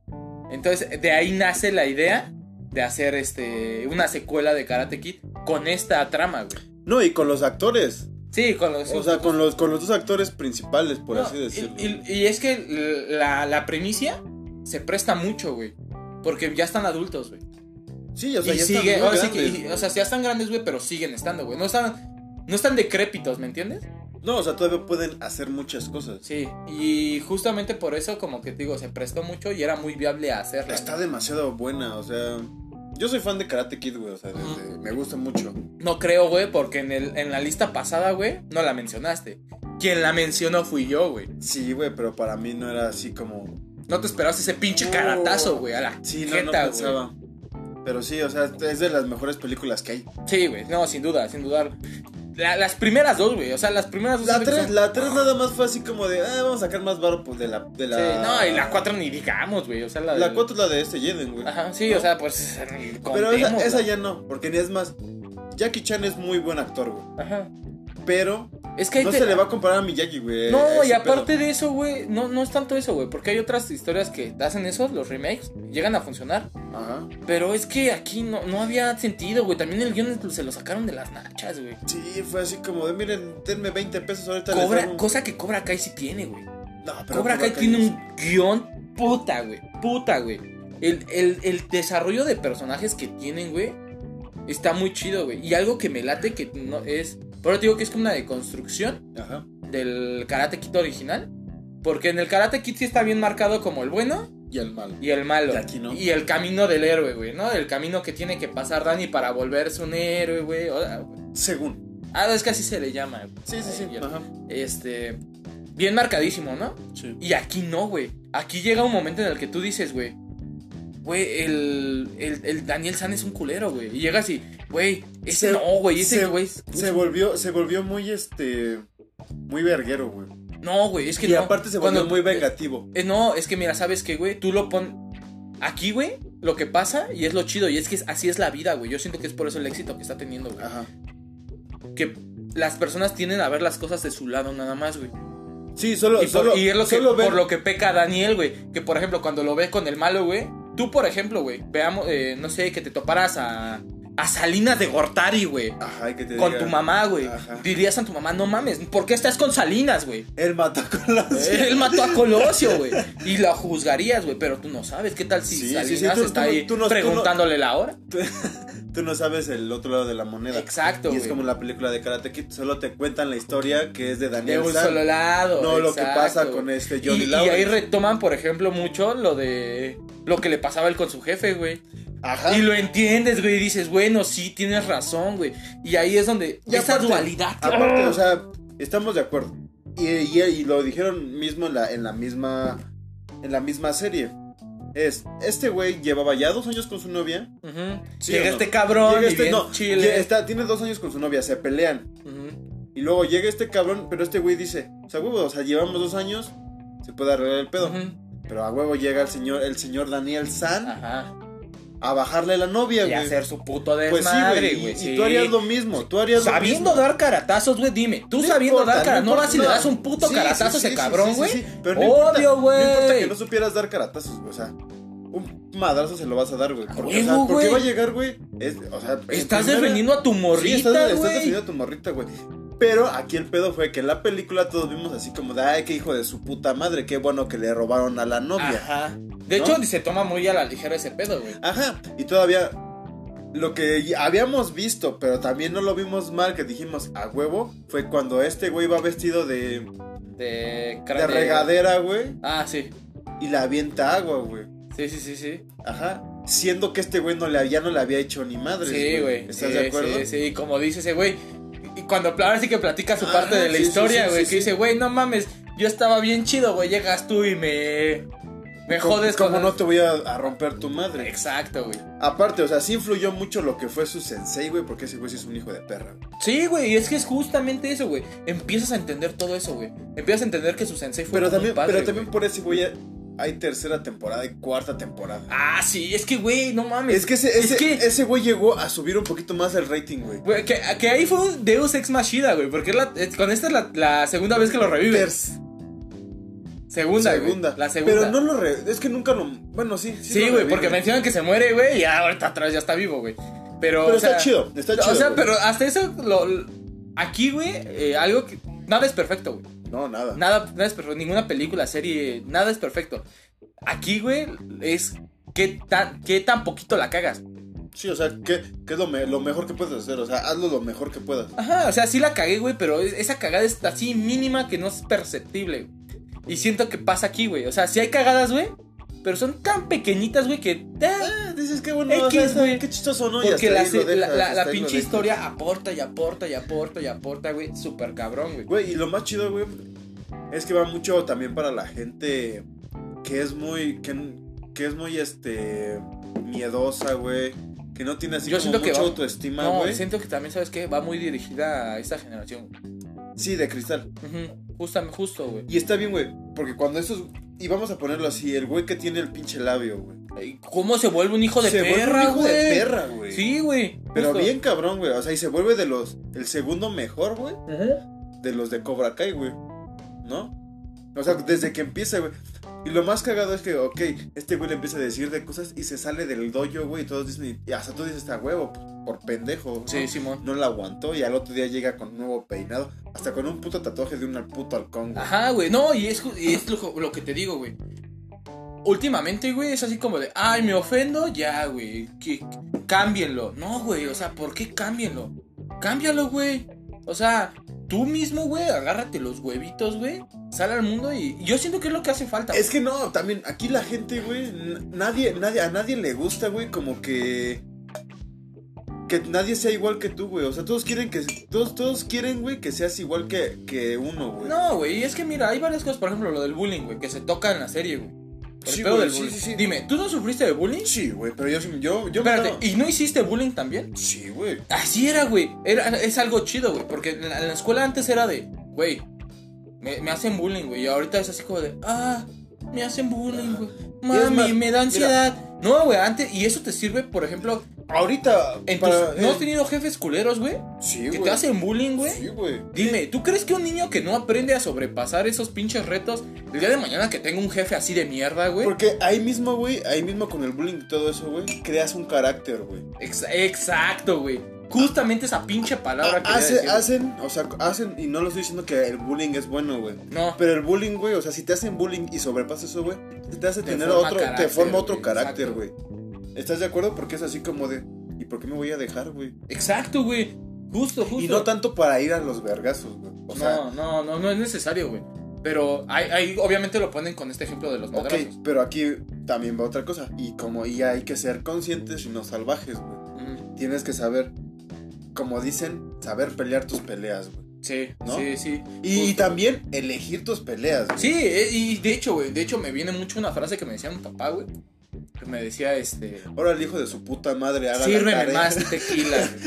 B: Entonces, de ahí nace la idea de hacer, este, una secuela de Karate Kid con esta trama, güey.
A: No, y con los actores.
B: Sí, con los...
A: O sea, con los, con los dos actores principales, por
B: No,
A: así
B: y-
A: decirlo.
B: Y, y es que l- la, la primicia se presta mucho, güey. Porque ya están adultos, güey.
A: sí, o sea,
B: y
A: ya
B: sigue,
A: están muy
B: ahora sí que-
A: grandes,
B: y-
A: güey.
B: o sea, ya están grandes, güey, pero siguen estando, güey. No están, no están decrépitos, ¿me entiendes?
A: No, o sea, todavía pueden hacer muchas cosas.
B: Sí. Y justamente por eso, como que te digo, se prestó mucho y era muy viable hacerla.
A: Está demasiado buena, o sea. Yo soy fan de Karate Kid, güey, o sea,
B: Ajá.
A: desde- me gusta mucho.
B: No creo, güey, porque en, el, en la lista pasada, güey, no la mencionaste. Quien la mencionó fui yo, güey.
A: Sí, güey, pero para mí no era así como.
B: No te esperabas ese pinche
A: No.
B: caratazo, güey, a la
A: Sí, no, no
B: jeta, güey.
A: pensaba. Pero sí, o sea, es de las mejores películas que hay.
B: Sí, güey, no, sin duda, sin dudar. La- las primeras dos, güey, o sea, las primeras dos.
A: La
B: siento que
A: 3,
B: son-
A: la 3 nada más fue así como de, ah, vamos a sacar más barro pues, de la. De la...
B: Sí, no, y la cuatro ni digamos, güey, o sea, la.
A: La
B: del-
A: 4 es la de este Jeden, güey.
B: Ajá, sí,
A: ¿no?
B: o sea, pues. ni
A: Pero esa,
B: contemos,
A: esa
B: güey.
A: ya no, porque ni es más. Jackie Chan es muy buen actor, güey.
B: Ajá.
A: Pero
B: Es que ahí
A: no
B: te-
A: se le va a comparar a Miyagi, güey.
B: No,
A: ese
B: y aparte de eso, güey, no, no es tanto eso, güey, porque hay otras historias que hacen eso, los remakes, llegan a funcionar,
A: pedo. Ajá.
B: pero es que aquí no, no había sentido, güey, también el guión se lo sacaron de las nachas, güey.
A: Sí, fue así como de, miren, denme 20 pesos ahorita. les
B: Cobra,
A: hago un-
B: cosa que Cobra Kai sí tiene, güey.
A: No, pero
B: Cobra Kai tiene un guión puta, güey, puta, güey. El, el- el desarrollo de personajes que tienen, güey, está muy chido, güey. Y algo que me late que no es, por eso te digo que es como una deconstrucción
A: Ajá.
B: del Karate Kid original. Porque en el Karate Kid sí está bien marcado como el bueno
A: Y el mal.
B: y el malo.
A: Y aquí no.
B: Y el camino del héroe, güey, ¿no? El camino que tiene que pasar Dani para volverse un héroe, güey. O-
A: Según.
B: Ah, es que así se le llama. güey.
A: Sí, sí, sí.
B: Ay,
A: Ajá.
B: Este. Bien marcadísimo, ¿no?
A: Sí.
B: Y aquí no, güey. Aquí llega un momento en el que tú dices, güey. Güey, el, el, el Daniel San es un culero, güey. Y llegas y, güey, ese
A: Se-
B: no, güey, ese
A: se-
B: güey. es-
A: Se volvió, se volvió muy, este, muy verguero, güey.
B: No, güey, es que
A: Y
B: no.
A: aparte se volvió
B: Cuando-
A: muy vengativo.
B: Eh, no, es que mira, ¿sabes qué, güey? Tú lo pon... Aquí, güey, lo que pasa, y es lo chido, y es que es- así es la vida, güey. Yo siento que es por eso el éxito que está teniendo, güey.
A: Ajá.
B: Que las personas tienden a ver las cosas de su lado nada más, güey.
A: Sí, solo,
B: Y, por-
A: solo,
B: y es lo que,
A: solo ven-
B: por lo que peca Daniel, güey. Que, por ejemplo, cuando lo ves con el malo, güey. Tú, por ejemplo, güey, veamos, eh, no sé, que te toparas a, a Salinas de Gortari, güey.
A: Ajá, Ah, que te
B: Con
A: diga,
B: tu mamá, güey.
A: Ajá.
B: Dirías a tu mamá, no mames, ¿por qué estás con Salinas, güey?
A: Él mató con los...
B: Él mató a Colosio, güey. Y la juzgarías, güey. Pero tú no sabes qué tal si
A: Sí, sí,
B: Salinas
A: sí, tú-
B: está
A: tú no-
B: ahí
A: tú no- tú no-
B: preguntándole la hora.
A: Tú no sabes el otro lado de la moneda.
B: Exacto,
A: Y
B: güey.
A: es como la película de Karate Kid, solo te cuentan la historia que es de
B: De
A: Daniel
B: un
A: San.
B: solo lado.
A: No, lo que
B: exacto,
A: pasa
B: güey.
A: con este
B: Y,
A: Johnny
B: y
A: Lawrence.
B: ahí retoman, por ejemplo, mucho lo de lo que le pasaba a él con su jefe, güey.
A: Ajá.
B: Y lo entiendes, güey. Y dices, bueno, sí, tienes razón, güey. Y ahí es donde
A: Y
B: esa
A: aparte- ah,
B: dualidad.
A: Aparte, o sea, estamos de acuerdo. Y, y- y lo dijeron mismo en la, en la misma en la misma serie. Es, este güey llevaba ya dos años con su novia.
B: Ujú.
A: Sí,
B: llega
A: ¿o no?
B: este cabrón,
A: Llega
B: y
A: este,
B: bien
A: no,
B: chile.
A: ya está, tiene dos años con su novia, se pelean.
B: Ujú.
A: Y luego llega este cabrón, pero este güey dice, o sea, huevo, o sea, llevamos dos años, se puede arreglar el pedo.
B: Ujú.
A: Pero a huevo llega el señor, el señor Daniel San
B: Ajá.
A: a bajarle la novia,
B: Y
A: güey.
B: hacer su puto
A: Pues sí,
B: desmadre,
A: güey.
B: güey.
A: Y,
B: sí.
A: y tú harías lo mismo, tú harías lo
B: Sabiendo
A: mismo.
B: dar caratazos, güey, dime. Tú
A: No
B: sabiendo
A: importa,
B: dar caratazos. No,
A: importa,
B: vas y le das un puto
A: Sí,
B: caratazo
A: sí, sí,
B: a ese
A: sí,
B: cabrón,
A: sí,
B: güey.
A: sí, pero no importa,
B: Obvio,
A: No importa
B: güey.
A: que no supieras dar caratazos, güey, o sea, un madrazo se lo vas a dar, güey. Porque, o
B: huevo,
A: sea, porque
B: güey.
A: va a llegar, güey. es- o sea, en
B: Estás
A: primera-
B: defendiendo a tu
A: Sí, estás,
B: morrita,
A: estás
B: güey.
A: defendiendo a tu morrita, güey. Pero aquí el pedo fue que en la película todos vimos así como de, ay, qué hijo de su puta madre, qué bueno que le robaron a la novia.
B: Ajá. De
A: ¿No?
B: hecho, se toma muy a la ligera ese pedo, güey.
A: Ajá, y todavía lo que ya habíamos visto, pero también no lo vimos mal, que dijimos a huevo, fue cuando este güey va vestido de,
B: De,
A: de regadera, güey,
B: Ah, sí.
A: y la avienta agua, güey.
B: Sí, sí, sí, sí.
A: Ajá, siendo que este güey no le, ya no le había hecho ni madre.
B: Sí, güey.
A: ¿Estás
B: Sí,
A: de acuerdo?
B: Sí, sí, como dice ese güey. Y cuando ahora Ah, sí que platica su
A: Ajá,
B: parte de la
A: sí, sí,
B: historia,
A: sí,
B: güey.
A: sí,
B: que
A: sí.
B: dice, güey, no mames, yo estaba bien chido, güey. Llegas tú y me. Me
A: Como-
B: jodes
A: como
B: con-
A: no te voy a, a romper tu madre.
B: Exacto, güey.
A: Aparte, o sea, sí influyó mucho lo que fue su sensei, güey, porque ese güey sí es un hijo de perra. güey.
B: Sí, güey, y es que es justamente eso, güey. Empiezas a entender todo eso, güey. Empiezas a entender que su sensei fue
A: Pero
B: muy
A: también,
B: padre,
A: pero también
B: güey.
A: por ese güey hay tercera temporada y cuarta temporada.
B: Ah, sí, es que, güey, no mames.
A: Es que ese, ese,
B: que-
A: ese güey llegó a subir un poquito más el rating, güey.
B: Güey, que, que ahí fue un Deus Ex Machina, güey. Porque es la- es- con esta es la, la segunda vez que lo revive.
A: Ters-
B: segunda, güey,
A: segunda.
B: La segunda.
A: Pero no lo re- es que nunca lo bueno, sí, lo
B: Sí, güey,
A: reviven.
B: porque mencionan que se muere, güey, y ahorita atrás ya está vivo, güey. Pero,
A: Pero
B: o sea,
A: está chido, está chido.
B: O sea,
A: güey.
B: pero hasta eso, lo, aquí, güey, eh, algo que. Nada es perfecto, güey.
A: no, nada.
B: Nada, nada es perfecto. Ninguna película, serie, nada es perfecto. Aquí, güey, es qué tan, qué tan poquito la cagas.
A: Sí, o sea, ¿qué, qué es lo, me- lo mejor que puedes hacer? O sea, hazlo lo mejor que puedas.
B: Ajá, o sea, sí la cagué, güey, pero es- esa cagada es así mínima que no es perceptible. Y siento que pasa aquí, güey. O sea, sí hay cagadas, güey, pero son tan pequeñitas, güey, que. eh,
A: Ah, dices que bueno,
B: X,
A: o sea, está-
B: güey.
A: qué chistoso, ¿no? Y
B: Porque
A: hasta
B: la,
A: ahí lo
B: se- la-
A: dejas,
B: la-
A: hasta
B: la
A: ahí lo
B: pinche
A: dejas.
B: historia aporta y aporta y aporta y aporta, güey. Súper cabrón, güey.
A: Güey, y lo más chido, güey, es que va mucho también para la gente que es muy, que, que es muy, este, miedosa, güey. Que no tiene así
B: Yo
A: como
B: siento que
A: mucha
B: va-
A: autoestima,
B: No,
A: güey.
B: siento que también, ¿sabes qué? Va muy dirigida a esta generación.
A: Sí, de cristal.
B: Ujú, Justa, justo, güey.
A: Y está bien, güey, porque cuando esos, y vamos a ponerlo así, el güey que tiene el pinche labio, güey.
B: Eh, ¿Cómo se vuelve un hijo de
A: se
B: perra,
A: vuelve un hijo
B: güey?
A: de perra, güey.
B: Sí, güey.
A: Pero
B: justo.
A: bien cabrón, güey. O sea, y se vuelve de los. El segundo mejor, güey.
B: Ajá.
A: De los de Cobra Kai, güey. ¿No? O sea, desde que empieza, güey. Y lo más cagado es que, ok, este güey le empieza a decir de cosas y se sale del dojo, güey. Y todos dicen. Y hasta tú dices, está huevo, por pendejo. ¿no?
B: Sí, Simón.
A: No la aguantó y al otro día llega con un nuevo peinado. Hasta con un puto tatuaje de un puto halcón, güey.
B: Ajá, güey. No, y es, ju- y es lo, lo que te digo, güey. Últimamente, güey, es así como de, ay, me ofendo, ya, güey. que- Cámbienlo. No, güey, o sea, ¿por qué cámbienlo? Cámbialo, güey. O sea, tú mismo, güey, agárrate los huevitos, güey. Sal al mundo y y yo siento que es lo que hace falta.
A: Es que no, también aquí la gente, güey, n- nadie, nadie, a nadie le gusta, güey, como que que nadie sea igual que tú, güey. O sea, todos quieren que todos todos quieren, güey, que seas igual que, que uno, güey.
B: No, güey, y es que mira, hay varias cosas, por ejemplo, lo del bullying, güey, que se toca en la serie, güey. El
A: Sí,
B: pedo
A: güey,
B: del
A: sí,
B: bullying.
A: sí, sí.
B: Dime, ¿tú no sufriste de bullying?
A: Sí, güey, pero yo sí- yo yo me daba-
B: Espérate, ¿y no hiciste bullying también?
A: Sí, güey.
B: Así era, güey. Era, es algo chido, güey. Porque en la, en la escuela antes era de, güey, me, me hacen bullying, güey. Y ahorita es así como de, ah, me hacen bullying,
A: Ajá.
B: güey.
A: Y es más,
B: Mami, me da
A: mira.
B: ansiedad. No, güey, antes. Y eso te sirve, por ejemplo,
A: Ahorita
B: en
A: para-
B: tus- ¿No has
A: eh,
B: tenido jefes culeros, güey?
A: Sí,
B: Que
A: güey.
B: te hacen bullying, güey.
A: Sí, güey.
B: Dime, ¿tú crees que un niño que no aprende a sobrepasar esos pinches retos, el día de mañana que tenga un jefe así de mierda, güey?
A: Porque ahí mismo, güey, ahí mismo con el bullying y todo eso, güey, creas un carácter, güey.
B: Ex- exacto, güey. Justamente esa pinche palabra que
A: Ah, Hace- hacen, o sea, hacen, y no lo estoy diciendo que el bullying es bueno, güey.
B: No.
A: Pero el bullying, güey, o sea, si te hacen bullying y sobrepasas eso, güey, te hace
B: Te
A: tener
B: forma
A: otro,
B: carácter,
A: te forma otro
B: güey,
A: carácter, güey.
B: exacto.
A: ¿Estás de acuerdo? Porque es así como de, ¿y por qué me voy a dejar, güey?
B: Exacto, güey. Justo, justo.
A: Y no tanto para ir a los vergazos, güey. O sea,
B: no, no, no, no es necesario, güey. Pero ahí, ahí obviamente lo ponen con este ejemplo de los
A: ok,
B: madrazos.
A: pero aquí también va otra cosa. Y como, y hay que ser conscientes y no salvajes, güey.
B: Mm,
A: Tienes que saber, como dicen, saber pelear tus peleas, güey.
B: sí,
A: ¿No?
B: sí, sí.
A: Y,
B: Justo.
A: también elegir tus peleas, güey.
B: Sí, eh, y de hecho, güey, de hecho me viene mucho una frase que me decía mi papá, güey. Que me decía, este...
A: Ahora el hijo de su puta madre haga la
B: Sírveme
A: tarea.
B: más tequila. güey.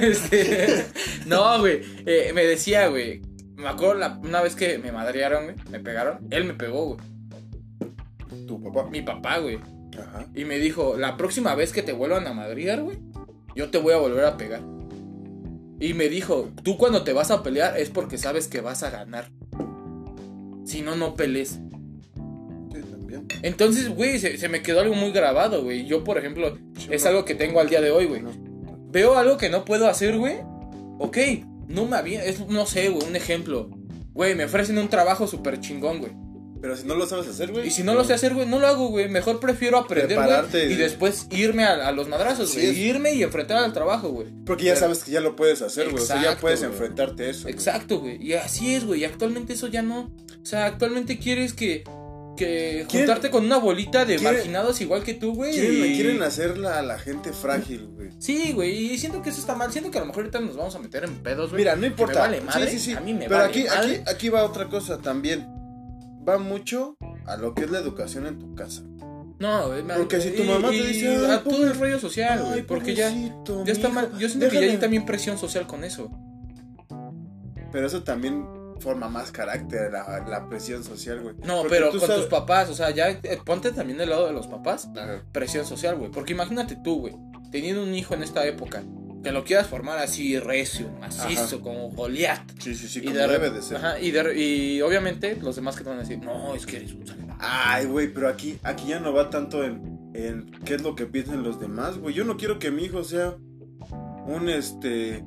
B: No, este, no, güey. eh, me decía, güey. Me acuerdo la- una vez que me madrearon, güey. Me pegaron. Él me pegó, güey.
A: Tu papá.
B: Mi papá, güey.
A: Ajá.
B: Y me dijo, la próxima vez que te vuelvan a madrear, güey, yo te voy a volver a pegar. Y me dijo, tú cuando te vas a pelear es porque sabes que vas a ganar. Si no, no pelees.
A: Sí, también.
B: Entonces, güey, se, se me quedó algo muy grabado, güey. Yo, por ejemplo, es algo que tengo al día de hoy, güey. veo algo que no puedo hacer, güey. Ok, no me había. Es, no sé, güey, un ejemplo. Güey, me ofrecen un trabajo súper chingón, güey.
A: Pero si no lo sabes hacer, güey.
B: Y si no lo sé hacer, güey, no lo hago, güey. Mejor prefiero aprender, güey.
A: Prepararte.
B: Y después irme a, a los madrazos,
A: Así
B: güey.
A: es.
B: Irme y enfrentar al trabajo, güey.
A: Porque ya sabes que ya lo puedes hacer, güey. O sea, ya
B: Exacto,
A: puedes
B: güey.
A: enfrentarte a eso. güey.
B: Exacto, güey. Y así es, güey. Y actualmente eso ya no. O sea, actualmente quieres que. Que
A: ¿Quieren-
B: juntarte con una bolita de
A: quieren-
B: marginados igual que tú, güey.
A: Quieren,
B: y-
A: quieren hacerla a la gente frágil, güey.
B: Sí, güey. Y siento que eso está mal. Siento que a lo mejor ahorita nos vamos a meter en pedos, güey.
A: Mira, no importa.
B: Me vale madre,
A: Sí, sí, sí.
B: A mí me
A: Pero
B: vale
A: aquí,
B: madre.
A: aquí, aquí va otra cosa también. Va mucho a lo que es la educación en tu casa.
B: No, güey, me-
A: Porque si tu
B: y-
A: mamá te
B: y
A: dice,
B: a
A: "Ay,
B: todo
A: pobre-
B: el rollo social, güey, porque ya, ya está mal. Yo siento que ya hay también presión social con eso.
A: Pero eso también forma más carácter, la, la presión social, güey.
B: No,
A: Porque
B: pero
A: tú
B: con
A: sabes-
B: tus papás, o sea, ya eh, ponte también del lado de los papás,
A: Ajá.
B: presión social, güey. Porque imagínate tú, güey, teniendo un hijo en esta época, que lo quieras formar así recio, macizo, como Goliat.
A: Sí, sí, sí,
B: Y
A: como
B: de, re-
A: debe de ser.
B: ajá, y, de re- y obviamente los demás que te van a decir, no, es que eres un salvaje.
A: Ay, güey, pero aquí, aquí ya no va tanto en, en qué es lo que piensan los demás, güey. Yo no quiero que mi hijo sea un este.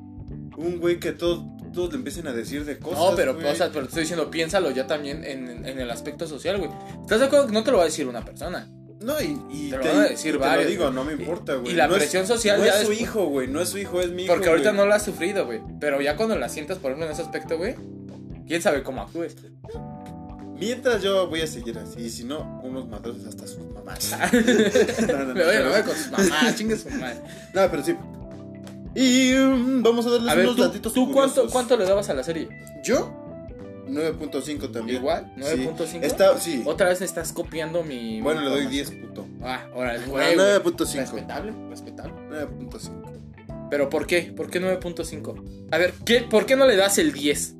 A: Un güey que todo- todos le empiecen a decir de cosas.
B: No, pero,
A: güey.
B: o sea, pero te estoy diciendo, piénsalo ya también en, en el aspecto social, güey. ¿Estás de acuerdo que no te lo va a decir una persona?
A: No, y, y
B: te lo van a decir
A: te
B: varios,
A: lo digo,
B: güey.
A: no me importa, güey.
B: y la
A: No es-
B: presión social
A: no
B: ya
A: es su
B: después-
A: hijo, güey. No es su hijo, es mi hijo.
B: Porque ahorita
A: güey.
B: no lo has sufrido, güey. Pero ya cuando la sientas, por ejemplo, en ese aspecto, güey, quién sabe cómo actúes.
A: Mientras yo voy a seguir así. Y si no, unos madrazos hasta sus mamás.
B: Me
A: No, no, no,
B: voy a
A: pero-
B: ver con sus mamás, chingue su madre.
A: No, pero sí. Y mm, vamos a darles
B: A ver,
A: unos
B: tú,
A: datitos
B: tú cuánto,
A: curiosos.
B: cuánto le dabas a la serie?
A: Yo, 9.5 también.
B: Igual,
A: Sí.
B: 9.5.
A: Está, sí.
B: Otra vez me estás copiando mi.
A: Bueno, le doy
B: mi
A: 10, puto.
B: información. Ah, ahora es
A: Ah, 9.5.
B: Respetable, respetable.
A: 9.5.
B: Pero ¿por qué? ¿Por qué 9.5? A ver, ¿qué, ¿por qué no le das el 10?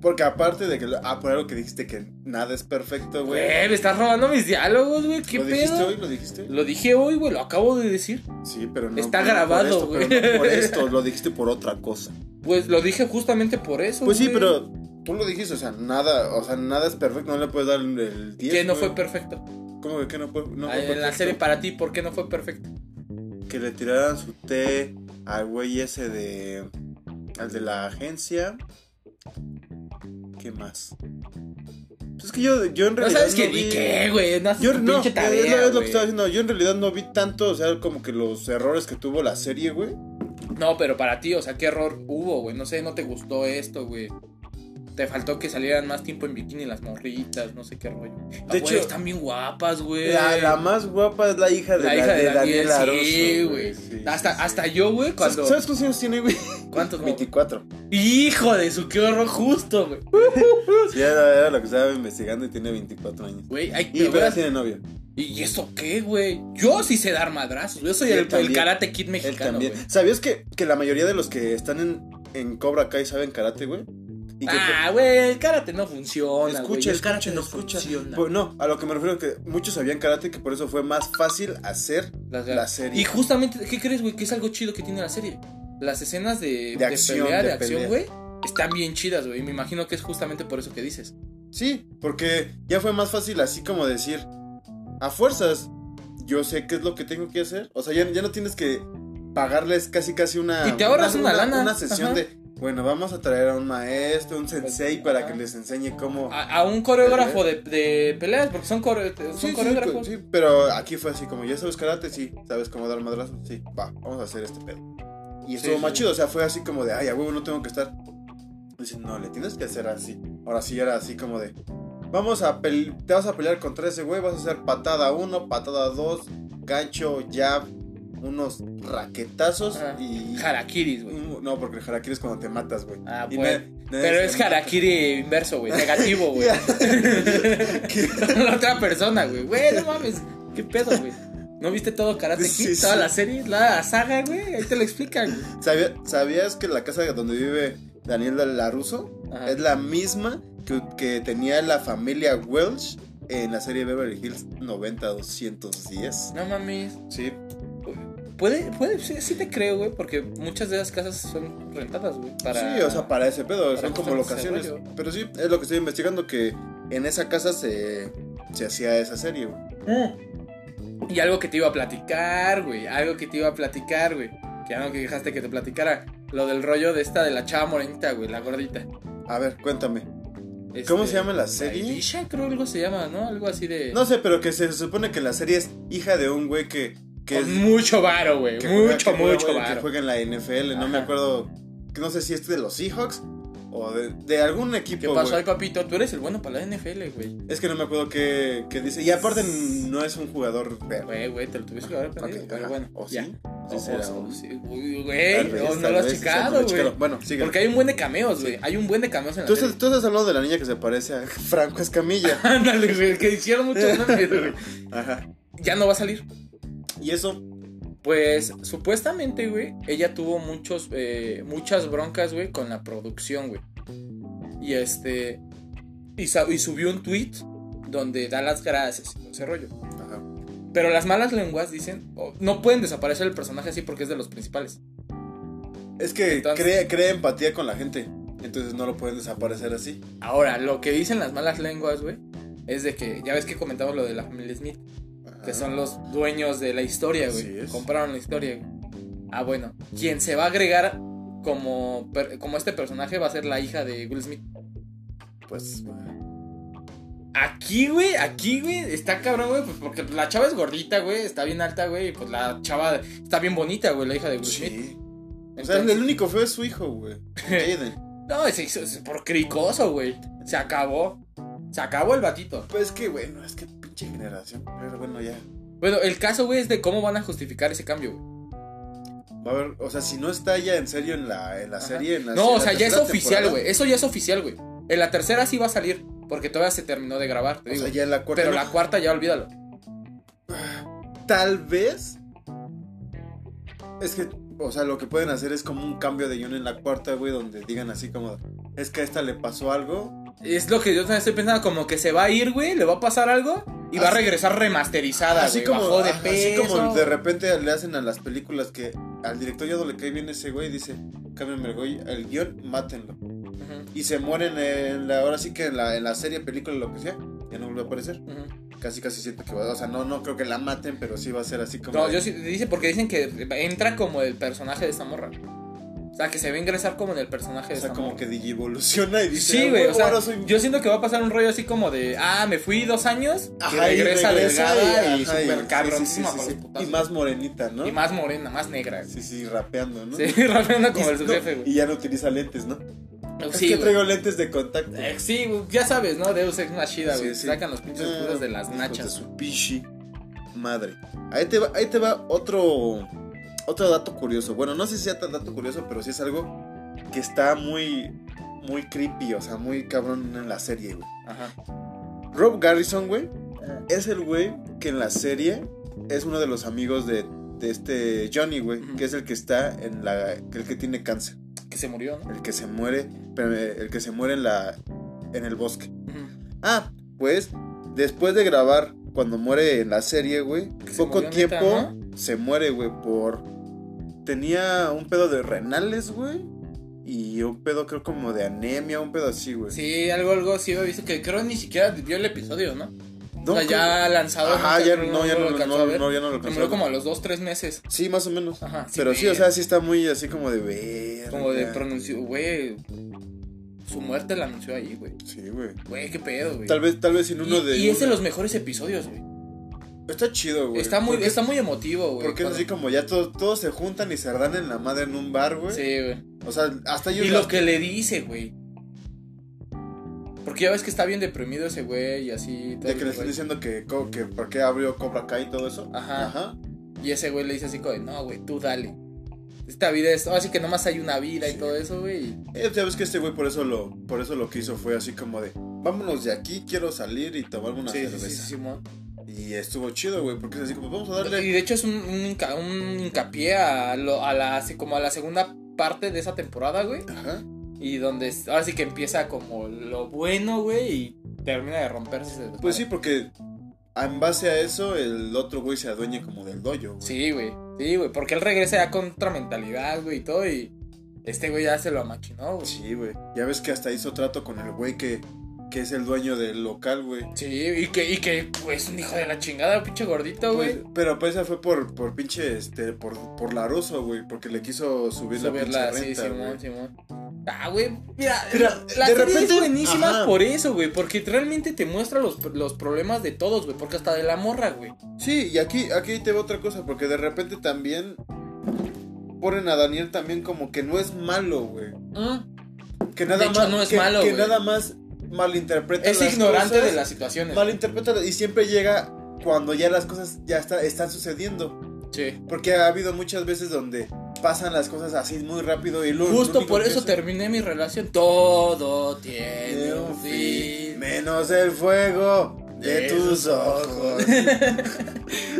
A: Porque aparte de que. lo- Ah, por algo que dijiste que nada es perfecto,
B: Güey,
A: güey.
B: me estás robando mis diálogos, güey. ¿Qué
A: ¿Lo dijiste
B: pedo?
A: hoy? ¿Lo dijiste?
B: Lo dije hoy, güey. Lo acabo de decir.
A: Sí, pero no.
B: Está
A: pero no por
B: grabado,
A: esto,
B: güey.
A: Pero no por esto, lo dijiste por otra cosa.
B: Pues lo dije justamente por eso.
A: Pues sí,
B: güey.
A: pero tú lo dijiste, o sea, nada, o sea, nada es perfecto, no le puedes dar el 10.
B: Que no
A: güey.
B: fue perfecto.
A: ¿Cómo que, que no fue, no
B: Ah,
A: fue
B: en la
A: perfecto?
B: serie para ti, ¿por qué no fue perfecto?
A: Que le tiraran su té al güey ese de. al de la agencia. ¿Qué más? Pues es que yo, yo en
B: No
A: realidad.
B: sabes qué
A: no
B: ni
A: vi-
B: qué, güey. No haces
A: Yo
B: tu
A: no,
B: pinche
A: es la-
B: tarea,
A: es lo que
B: güey.
A: estaba diciendo. Yo en realidad no vi tanto, o sea, como que los errores que tuvo la serie, güey.
B: No, pero para ti, o sea, ¿qué error hubo, güey? No sé, no te gustó esto, güey. Te faltó que salieran más tiempo en bikini las morritas, no sé qué rollo. De hecho,
A: hecho-
B: están bien guapas, güey.
A: La, la más guapa es la hija de,
B: Eh, La hija de
A: Daniel
B: Daniel, sí,
A: Larusso,
B: güey.
A: Sí,
B: hasta,
A: sí, sí.
B: hasta yo, güey, cuando.
A: ¿Sabes cuántos años tiene, güey?
B: ¿Cuántos, güey?
A: 24.
B: Hijo de su, qué horror justo, güey.
A: Sí, era, era lo que estaba investigando y tiene 24 años.
B: Güey, hay
A: Y
B: que
A: pero tiene novio.
B: ¿Y eso qué, güey? Yo sí sé dar madrazos. Yo soy
A: Él
B: el, el
A: también.
B: karate kid
A: Él
B: mexicano,
A: también.
B: güey.
A: ¿Sabías que, que la mayoría de los que están en, en Cobra Kai saben karate, güey? Y que
B: Ah, güey, el karate no funciona, güey.
A: escucha,
B: El karate
A: escucha,
B: no
A: escucha.
B: funciona.
A: Pues no, a lo que me refiero que muchos sabían karate que por eso fue más fácil hacer
B: Las
A: la
B: garras.
A: serie.
B: Y justamente, ¿qué crees, güey? Que es algo chido que tiene la serie. Las escenas de, de
A: acción,
B: pelea, de,
A: de
B: acción,
A: pelea.
B: güey, están bien chidas, güey. Y Me imagino que es justamente por eso que dices.
A: Sí, porque ya fue más fácil así como decir, a fuerzas, yo sé qué es lo que tengo que hacer. O sea, ya, ya no tienes que pagarles casi casi una...
B: Y te ahorras una lana.
A: Una sesión
B: Ajá.
A: de, bueno, vamos a traer a un maestro, un sensei, para
B: ajá.
A: que les enseñe cómo...
B: A, a un coreógrafo de, de peleas, porque son, core- son
A: Eh, Sí, pues, sí,
B: coreógrafos.
A: sí, pero aquí fue así como, ya sabes karate, sí, sabes cómo dar madrazo, sí, va, vamos a hacer este pedo. Y estuvo
B: sí,
A: más
B: sí.
A: chido, o sea, fue así como de, ay, a huevo, no tengo que estar. Dicen, no, le tienes que hacer así. Ahora sí era así como de, vamos a pel- te vas a pelear contra ese güey, vas a hacer patada 1, patada 2, gancho, jab, unos raquetazos
B: Ajá.
A: y...
B: Harakiris, güey.
A: un- no, porque el harakiri es cuando te matas, güey.
B: Ah,
A: Y
B: pues.
A: na- nadie
B: Pero
A: se
B: es
A: mata.
B: harakiri inverso, güey. Negativo,
A: pues".
B: güey.
A: ¿Qué?
B: la otra persona, güey. Güey, no mames. ¿Qué pedo, güey? ¿No viste todo Karate Kid?
A: Sí, sí.
B: toda la serie, la saga, güey. Ahí te lo explican, güey.
A: ¿Sabía- ¿Sabías que la casa donde vive Daniel Laruso
B: Ajá.
A: es la misma que, que tenía la familia Welsh en la serie Beverly Hills 90-210?
B: No mames.
A: Sí,
B: Puede, puede, sí, sí te creo, güey, porque muchas de las casas son rentadas, güey. Para...
A: sí, o sea, para ese pedo,
B: para
A: son como
B: justamente ese
A: locaciones.
B: rollo.
A: Pero sí, es lo que estoy investigando, que en esa casa se, se hacía esa serie. güey.
B: Mm. Y algo que te iba a platicar, güey. Algo que te iba a platicar, güey. Que ya no que dejaste que te platicara. Lo del rollo de esta de la chava morenita, güey, la gordita.
A: A ver, cuéntame.
B: Este,
A: ¿Cómo se llama la serie?
B: Aisha, creo algo se llama, ¿no? Algo así de.
A: No sé, pero que se supone que la serie es hija de un güey que... que es-
B: Con mucho varo, güey.
A: que juega-
B: Mucho,
A: que juega,
B: mucho
A: güey, Que
B: varo.
A: juega en la NFL, no me
B: Ajá.
A: acuerdo. que No sé si es de los Seahawks o de, de algún equipo.
B: ¿Qué pasó
A: güey.
B: ahí, papito? Tú eres el bueno para la NFL, güey.
A: Es que no me acuerdo qué, qué dice. Y aparte, no es un jugador feo.
B: Güey, güey, te lo tuviste que haber aprendido.
A: Ok,
B: pero
A: ajá.
B: bueno,
A: o sí.
B: ya.
A: sí
B: O-
A: será
B: o-
A: un-
B: sí, güey, güey,
A: tal vez,
B: no, no
A: tal
B: lo has
A: vez, sí, tal
B: checado,
A: vez,
B: güey.
A: chécalo. Bueno, sigue.
B: Porque hay un buen de cameos, güey. Hay un buen de cameos en la
A: Tú
B: serie.
A: estás, tú estás hablando de la niña que se parece a Franco Escamilla.
B: Ándale, güey, que hicieron muchos memes, güey.
A: Ajá.
B: Ya no va a salir.
A: Y eso,
B: Pues supuestamente, güey, ella tuvo muchos, eh, muchas broncas, güey, con la producción, güey. Y este. Y, sa- y subió un tweet donde da las gracias y todo ese rollo.
A: ajá.
B: Pero las malas lenguas dicen. oh, no pueden desaparecer el personaje así porque es de los principales.
A: es que
B: Entonces-
A: crea, crea empatía con la gente. Entonces no lo pueden desaparecer así.
B: Ahora, lo que dicen las malas lenguas, güey, es de que. Ya ves que comentamos lo de la familia Smith.
A: Ajá.
B: que son los dueños de la historia,
A: Ah. Así
B: güey.
A: es.
B: Compraron la historia, güey. Ah, bueno. Quien se va a agregar como, per- como este personaje va a ser la hija de Will Smith.
A: Pues.
B: Aquí, güey, aquí, güey, está cabrón, güey, pues porque la chava es gordita, güey, está bien alta, güey, y pues la chava está bien bonita, güey, la hija de Will Smith.
A: Sí. O sea,
B: Entonces-
A: el único feo es su hijo, güey. Jaden.
B: No, se hizo se- por cricoso, güey. Se acabó. Se acabó el batito.
A: Pues que bueno, es que pinche generación. Pero bueno, ya.
B: Bueno, el caso, güey, es de cómo van a justificar ese cambio, güey.
A: Va a haber, o sea, si no está ya en serio en la, en la
B: Ajá.
A: serie. En la,
B: No,
A: en
B: o
A: la
B: sea, ya es
A: tercera
B: oficial,
A: temporada,
B: güey. Eso ya es oficial, güey. En la tercera sí va a salir, porque todavía se terminó de grabar, te
A: O
B: digo.
A: sea, ya en la cuarta.
B: Pero
A: no.
B: la cuarta ya olvídalo.
A: Tal vez. Es que, o sea, lo que pueden hacer es como un cambio de guión en la cuarta, güey, donde digan así como. es que a esta le pasó algo.
B: Es lo que yo también estoy pensando, como que se va a ir, güey, le va a pasar algo y va a
A: Así-
B: regresar remasterizada,
A: así,
B: güey,
A: como,
B: bajó de
A: ajá, así
B: peso.
A: como de repente le hacen a las películas que al director ya no le cae bien ese güey y dice, cámbiame el güey, el guión, mátenlo.
B: Ujú,
A: Y se mueren en la, ahora sí que en la, en la serie, película, lo que sea, ya no vuelve a aparecer.
B: ujú.
A: Casi casi siento que va, o sea, no, no creo que la maten, pero sí va a ser así como...
B: No,
A: de-
B: yo sí, dice porque dicen que entra como el personaje de esta morra. O sea, que se va a ingresar como en el personaje
A: o
B: de
A: sea,
B: esta
A: como
B: morra.
A: que digievoluciona y dice,
B: Sí,
A: "Ah,
B: güey,
A: huevo,
B: o sea,
A: ahora soy-
B: yo siento que va a pasar un rollo así como de, ah, me fui dos años, y
A: Ajá,
B: regresa,
A: regresa
B: delgada y,
A: ajá,
B: super
A: sí,
B: cabroncísima
A: sí, sí,
B: por
A: sí.
B: los putazos.
A: Y más morenita, ¿no?
B: Y más morena, más negra.
A: Sí, sí, rapeando, ¿no?
B: Sí, rapeando como
A: Y-
B: el subjefe,
A: no,
B: güey.
A: Y ya no utiliza lentes, ¿no? es
B: Sí,
A: que
B: güey.
A: traigo lentes de contacto.
B: Eh, sí, güey, ya sabes, ¿no? Deus Ex Machida,
A: Sí,
B: güey.
A: sí.
B: Sacan los pinches
A: Ah,
B: escudos de las
A: hijos De
B: nachas.
A: su pichi madre. Ahí te va, ahí te va otro, otro dato curioso. Bueno, no sé si sea tan dato curioso, pero sí es algo que está muy, muy creepy, o sea, muy cabrón en la serie, güey.
B: Ajá.
A: Rob Garrison, güey,
B: Ah.
A: es el güey que en la serie es uno de los amigos de, de este Johnny, güey,
B: Ujú.
A: que es el que está en la, el que tiene cáncer,
B: Que se murió, ¿no?
A: el que se muere, pero, eh, el que se muere en la, en el bosque.
B: Ujú.
A: Ah, pues después de grabar cuando muere en la serie, güey,
B: Que se
A: poco
B: murió
A: tiempo
B: neta,
A: se muere, güey, por tenía un pedo de renales, güey, y un pedo creo como de anemia, un pedo así, güey.
B: Sí, algo, algo sí había visto que creo ni siquiera vio el episodio, ¿no?
A: No,
B: o sea, ya lanzado.
A: Ajá,
B: sé,
A: ya
B: creo que
A: no, ya no,
B: lo alcanzó
A: no,
B: a ver.
A: no, ya no lo
B: Se
A: alcanzó a
B: murió
A: ver.
B: como a los dos, tres meses.
A: Sí, más o menos.
B: Ajá.
A: Pero sí, o
B: güey.
A: sea, sí está muy así como de ver.
B: Como de pronunció, güey. Su muerte la anunció ahí, güey.
A: Sí, güey.
B: Güey, qué pedo, güey.
A: Tal vez, tal vez en uno
B: y,
A: de.
B: y es de
A: uno-
B: los mejores episodios, güey.
A: Está chido, güey.
B: Está muy,
A: Porque-
B: está muy emotivo, güey.
A: Porque es
B: cuando-
A: así como ya todos, todos se juntan y se ardan en la madre en un bar, güey.
B: Sí, güey.
A: O sea, hasta yo.
B: Y lo que le dice, güey. Porque ya ves que está bien deprimido ese güey y así. todo
A: De que
B: el
A: le están
B: rollo.
A: diciendo que, co- que por qué abrió Cobra Kai y todo eso.
B: Ajá. Y ese güey le dice así, como, de, no, güey, tú dale. Esta vida es. Así que nomás hay una vida y
A: Sí.
B: todo eso, güey.
A: Eh, ya ves que este güey por eso lo, por eso lo que hizo fue así como de vámonos de aquí, quiero salir y tomarme una
B: Sí, sí,
A: cerveza.
B: sí, Simón.
A: Y estuvo chido, güey, porque es así como vamos a
B: Y
A: darle.
B: de hecho es un, un hinca- un hincapié a, lo- a la, así como a la segunda parte de esa temporada, güey.
A: Ajá.
B: Y donde es- ahora sí que empieza como lo bueno, güey, y termina de romperse. ese desmadre.
A: Pues sí, porque en base a eso el otro güey se adueña como del dojo, güey.
B: Sí, güey. Sí, güey. Porque él regresa ya con otra mentalidad, güey, y todo. Y este güey ya se lo maquinó, güey. Sí.
A: Sí, güey. Ya ves que hasta hizo trato con el güey que, que es el dueño del local, güey.
B: y que, y que pues, es un hijo de la chingada, pinche gordito, güey.
A: Pues, pero pues esa fue por, por pinche, este, por, por Laroso, güey, porque le quiso subir la pinche
B: Subirla, sí,
A: renta, güey.
B: Simón, Simón. Ah, güey, mira,
A: Mira,
B: la
A: de
B: serie
A: repente-
B: es buenísima
A: ajá.
B: por eso, güey, porque realmente te muestra los, los problemas de todos, güey, porque hasta de la morra, güey.
A: Sí, y aquí, aquí te veo otra cosa, porque de repente también ponen a Daniel también como que no es malo, güey. Que nada
B: De hecho,
A: más
B: no es
A: que,
B: malo,
A: que
B: güey.
A: nada más malinterpreta
B: Es
A: las
B: ignorante
A: cosas,
B: de las situaciones.
A: malinterpreta y siempre llega cuando ya las cosas ya está, están sucediendo.
B: Sí.
A: Porque ha habido muchas veces donde pasan las cosas así muy rápido y luego.
B: Justo por eso terminé mi relación. Todo tiene un fin.
A: Menos el fuego de,
B: De
A: tus
B: sus
A: ojos.
B: ojos.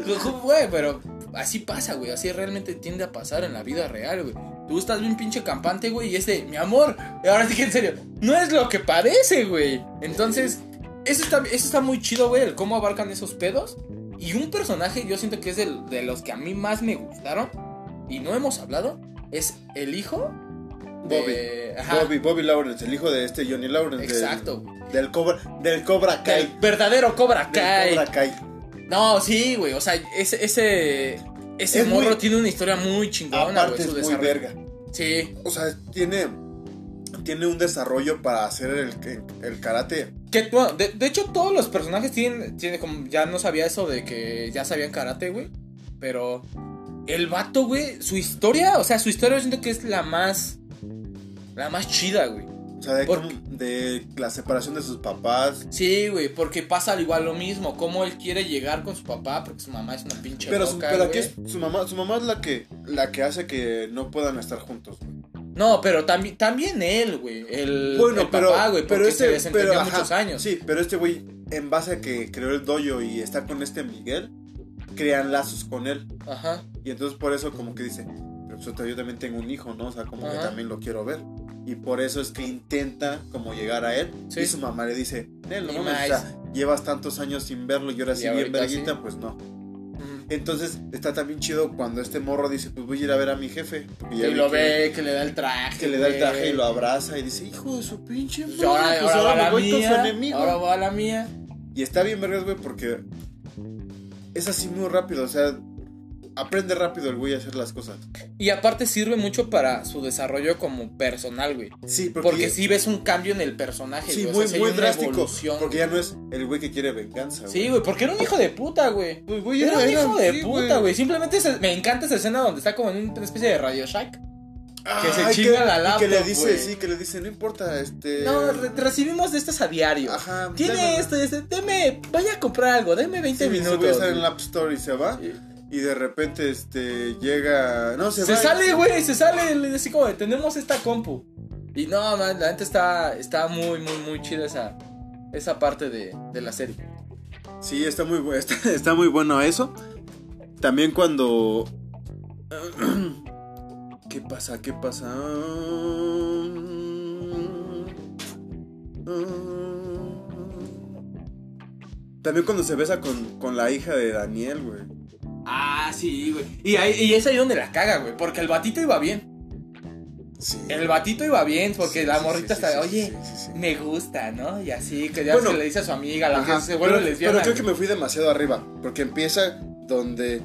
B: Güey, pero así pasa, güey. Así realmente tiende a pasar en la vida real, güey. Tú estás bien pinche campante, güey, y es de, mi amor, ahora sí que en serio, no es lo que parece, güey. Entonces, eso está, eso está muy chido, güey, el cómo abarcan esos pedos. Y un personaje, yo siento que es del- de los que a mí más me gustaron, y no hemos hablado, es el hijo de... ajá,
A: Bobby, Bobby Lawrence, el hijo de este Johnny Lawrence. del-
B: Exacto, güey.
A: Del, cobra, del Cobra Kai.
B: Del verdadero Cobra Kai.
A: Del Cobra Kai.
B: No, sí, güey. O sea, ese, ese, ese
A: Es
B: morro
A: muy-
B: tiene una historia muy chingona, güey.
A: Aparte
B: Su
A: es muy
B: desarrollo.
A: verga.
B: Sí.
A: O sea, tiene, tiene un desarrollo para hacer el, el karate.
B: Que, bueno, de, de hecho, todos los personajes tienen, tienen como. Ya no sabía eso de que ya sabían karate, güey. Pero. El vato, güey. Su historia. O sea, su historia yo siento que es la más. La más chida, güey.
A: O sea, de,
B: ¿Por
A: cómo- de la separación de sus papás.
B: Sí, güey. Porque pasa al igual lo mismo. Cómo él quiere llegar con su papá. Porque su mamá es una pinche.
A: Pero, su,
B: loca,
A: pero aquí
B: güey.
A: es su mamá, su mamá es la que, la que hace que no puedan estar juntos. güey.
B: No, pero también, también él, güey. El,
A: Bueno,
B: el
A: pero,
B: papá, güey. Porque
A: pero
B: se
A: este,
B: desentendió
A: pero, ajá,
B: muchos años.
A: Sí, pero este güey, en base a que creó el dojo y está con este Miguel, crean lazos con él.
B: Ajá.
A: Y entonces por eso como que dice, pero pues, yo también tengo un hijo, ¿no? O sea, como que
B: Ajá.
A: también lo quiero ver. Y por eso es que intenta como llegar a él.
B: Sí.
A: Y su mamá le dice, Nel, no
B: Ni
A: mames, o
B: más.
A: sea, llevas tantos años sin verlo y ahora
B: Y
A: sí bien
B: ahorita
A: verguita,
B: sí.
A: pues no.
B: Ujú.
A: Entonces está también chido cuando este morro dice, pues voy a ir a ver a mi jefe. Porque ya
B: Y
A: vi
B: lo
A: que-
B: ve, que le da el traje.
A: Que le da el
B: güey.
A: traje y lo abraza y dice, hijo de su pinche
B: Pues
A: madre,
B: Eh, ahora,
A: pues
B: ahora va
A: me
B: la
A: voy con su
B: mía.
A: enemigo.
B: Ahora va la mía.
A: Y está bien vergas, güey, porque es así muy rápido, o sea, aprende rápido el güey a hacer las cosas.
B: Y aparte sirve mucho para su desarrollo como personal, güey.
A: Sí, porque,
B: Porque si ves un cambio en el personaje,
A: sí,
B: güey.
A: muy,
B: o sea, sí hay
A: muy
B: una
A: drástico.
B: evolución,
A: Porque
B: güey.
A: ya no es el güey que quiere venganza,
B: Sí, güey, porque era un hijo de puta, güey.
A: Pues, güey,
B: Era un hijo de
A: sí,
B: puta, güey. Simplemente se- me encanta esa escena donde está como en una especie de Radio Shack. Que se
A: Ay, y
B: chinga la
A: Que
B: laptop,
A: le dice,
B: güey.
A: sí, que le dice, no importa, este.
B: No, re- recibimos de estas a diario.
A: Ajá,
B: Tiene
A: dame-
B: esto, este, deme, vaya a comprar algo, deme 20
A: Sí,
B: minutos.
A: Se voy a estar
B: güey.
A: en la App Store y se va. Y de repente, este, llega. No, se,
B: Se
A: va.
B: sale, güey, se sale, le dice como, tenemos esta compu. Y no, man, la neta está, está muy, muy, muy chida esa, esa parte de, de la serie.
A: Sí, está muy, bu- está, está muy bueno eso. También cuando. ¿Qué pasa? ¿Qué pasa? También cuando se besa con, con la hija de Daniel, güey.
B: Ah, sí, güey. Y, ahí- y es ahí donde la caga, güey, porque el batito iba bien.
A: Sí.
B: El batito iba bien, porque
A: Sí,
B: la
A: sí,
B: morrita
A: sí,
B: está,
A: sí, sí,
B: oye,
A: sí, sí, sí.
B: me gusta, ¿no? Y así, que ya
A: Bueno,
B: ves que le dice a su amiga, la
A: Ajá,
B: que se vuelve
A: pero-
B: lesbiana.
A: Pero creo que me fui demasiado arriba. Porque empieza donde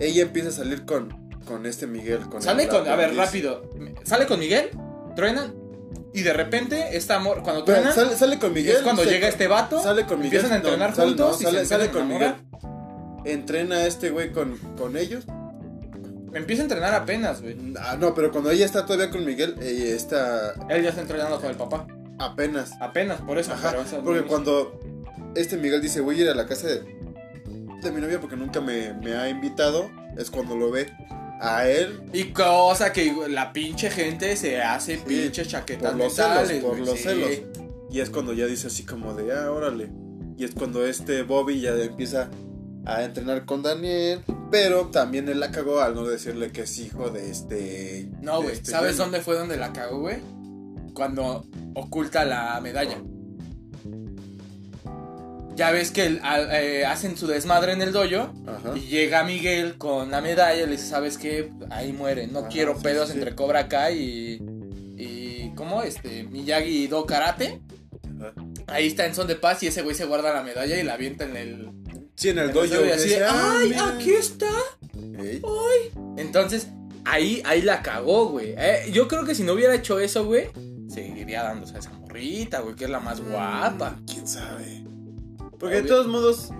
A: ella empieza a salir con, con este Miguel. Con
B: Sale
A: el
B: con, a ver,
A: aprendiz.
B: rápido. Sale con Miguel, truenan, y de repente, esta amor, cuando
A: Pero
B: truenan,
A: sale, sale con Miguel.
B: es cuando
A: se-
B: llega este vato,
A: Sale con Miguel.
B: empiezan a entrenar
A: no, sale- no,
B: juntos, y
A: sale,
B: se
A: sale
B: empiezan
A: con
B: a
A: Miguel. Entrena a este güey con, con ellos.
B: empieza a entrenar apenas, güey.
A: Ah, no, pero cuando ella está todavía con Miguel, ella está
B: Él ya está entrenando con el papá.
A: apenas.
B: Apenas, por eso.
A: Ajá,
B: pero eso-
A: porque cuando este Miguel dice, voy a ir a la casa de, de mi novia porque nunca me, me ha invitado, es cuando lo ve a él
B: Y cosa que güey, la pinche gente se hace pinche chaquetas
A: por los celos,
B: mentales,
A: por
B: güey,
A: los
B: sí.
A: celos. Y es cuando ya dice así como de, ah, órale. Y es cuando este Bobby ya empieza a entrenar con Daniel, pero también él la cagó al no decirle que es hijo de este...
B: No,
A: de
B: güey.
A: este
B: ¿Sabes
A: Johnny.
B: dónde fue donde la cagó, güey? Cuando oculta la medalla. Ya ves que el- al- eh, hacen su desmadre en el dojo
A: Ajá.
B: y llega Miguel con la medalla y le dice, ¿sabes qué? Ahí muere, no
A: Ajá,
B: quiero
A: sí,
B: pedos
A: sí, sí.
B: entre Cobra Kai y... y ¿Cómo? Este, Miyagi y Do Karate.
A: Ajá.
B: Ahí está en son de paz y ese güey se guarda la medalla y la avienta en el...
A: Sí, en el
B: en el
A: dojo.
B: dojo y así de,
A: dice, "Ah,
B: ¡Ay,
A: mira".
B: aquí está!
A: Ey.
B: Entonces, ahí, ahí la cagó, güey. Eh, yo creo que si no hubiera hecho eso, güey, seguiría dándose a esa morrita, güey, que es la más
A: Mm.
B: guapa.
A: ¿Quién sabe? Porque de
B: Obvio.
A: todos modos,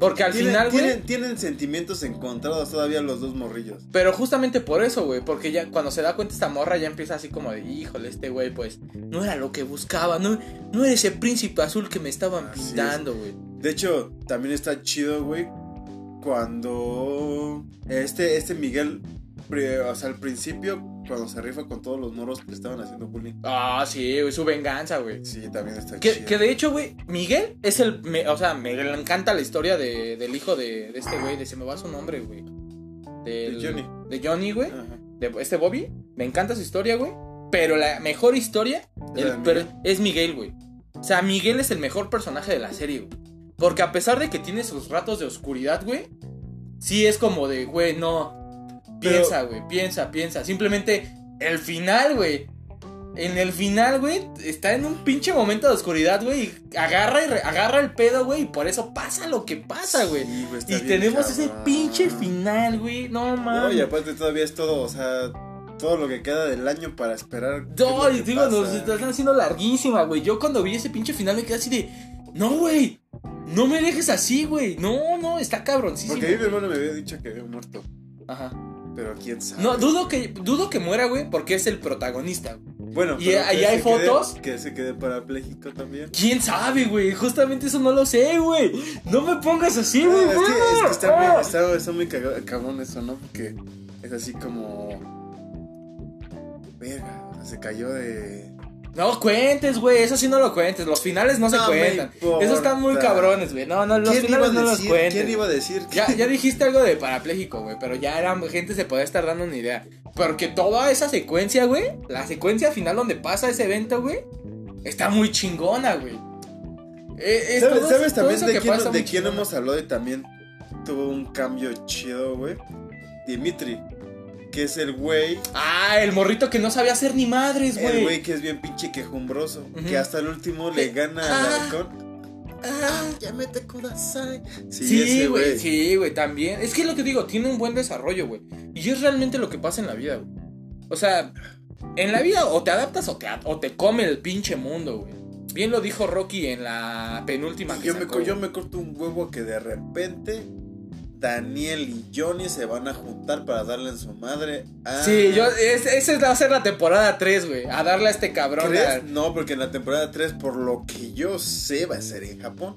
B: Porque al
A: tienen,
B: final, güey.
A: tienen, tienen sentimientos encontrados todavía los dos morrillos.
B: Pero justamente por eso, güey. Porque ya cuando se da cuenta esta morra, ya empieza así como de: híjole, este güey, pues no era lo que buscaba. No, no era ese príncipe azul que me estaban
A: Así es.
B: pintando, güey.
A: De hecho, también está chido, güey, cuando este, este Miguel, pri- o sea, al principio, cuando se rifa con todos los morros que le estaban haciendo bullying.
B: Ah, sí, güey, su venganza, güey.
A: Sí, también está
B: Que,
A: chido.
B: que de hecho, güey, Miguel es el. me- o sea, me encanta la historia de- del hijo de, de este güey, de se me va su nombre, güey. Del-
A: De Johnny.
B: De Johnny, güey.
A: Ajá.
B: De este Bobby. Me encanta su historia, güey. Pero la mejor historia
A: ¿Es la
B: el-
A: de
B: pero
A: Miguel?
B: es Miguel, güey. O sea, Miguel es el mejor personaje de la serie, güey. Porque a pesar de que tiene sus ratos de oscuridad, güey, sí es como de, güey, no.
A: Pero-
B: Piensa, güey, piensa, piensa. Simplemente el final, güey. En el final, güey, está en un pinche momento de oscuridad, güey. y agarra y re- agarra el pedo, güey. Y por eso pasa lo que pasa, güey.
A: Sí, güey, está
B: Y
A: bien
B: tenemos ese
A: cabrón.
B: pinche final, güey. No
A: No,
B: mames.
A: y aparte todavía es todo, o sea, todo lo que queda del año para esperar. qué es
B: No,
A: lo
B: y
A: que
B: digo, nos
A: pasa.
B: están haciendo larguísima, güey. Yo cuando vi ese pinche final me quedé así de, no, güey, no me dejes así, güey. No, no, está cabroncísimo.
A: Porque mi hermano me había dicho que había muerto,
B: Ajá.
A: pero quién sabe.
B: No, dudo que, dudo que muera, güey, porque es el protagonista. güey.
A: Bueno,
B: Y
A: pero
B: ahí
A: que
B: hay
A: se quede-
B: fotos.
A: que se quede parapléjico también.
B: ¿Quién sabe, güey? Justamente eso no lo sé, güey. No me pongas así,
A: No,
B: güey.
A: Ah, es, que, es que está
B: Ah.
A: muy, está, está muy caga- cabrón eso, ¿no? Porque es así como. Verga, o sea, se cayó de.
B: No cuentes, güey, eso sí no lo cuentes. Los finales no, se
A: No me
B: cuentan.
A: importa.
B: Esos están muy cabrones, güey. No, no, los
A: ¿Quién iba, a
B: finales no los
A: decir,
B: cuentes.
A: ¿Quién iba a decir?
B: Ya, ya dijiste algo de parapléjico, güey, pero ya era gente se podía estar dando una idea. Porque toda esa secuencia, güey, la secuencia final donde pasa ese evento, güey, está muy chingona, güey. Eh, es
A: ¿Sabes,
B: todo-
A: sabes
B: todo
A: también
B: eso
A: de
B: que
A: quién,
B: pasa
A: de
B: muy
A: quién
B: chingona.
A: hemos hablado y también tuvo un cambio chido, güey? Dimitri, que es el güey,
B: Ah, el morrito que no sabía hacer ni madres,
A: el
B: güey.
A: güey que es bien pinche quejumbroso,
B: Ujú.
A: que hasta el último le
B: Eh,
A: gana
B: ah.
A: al halcón.
B: Ah,
A: Ya mete Kudasai. Sí,
B: Sí,
A: ese
B: güey, sí, güey, también. Es que es lo que digo, tiene un buen desarrollo, güey. Y es realmente lo que pasa en la vida, güey. O sea, en la vida o te adaptas o te, ad- o te come el pinche mundo, güey. Bien lo dijo Rocky en la penúltima que
A: Yo me,
B: sacó,
A: co- yo
B: güey.
A: me corto un huevo que de repente Daniel y Johnny se van a juntar para darle en su madre a...
B: Sí, yo, es- esa es- va a ser la temporada 3, güey. A darle a este cabrón.
A: ¿Crees?
B: a-
A: No, porque en la temporada 3, por lo que yo sé, va a ser en Japón,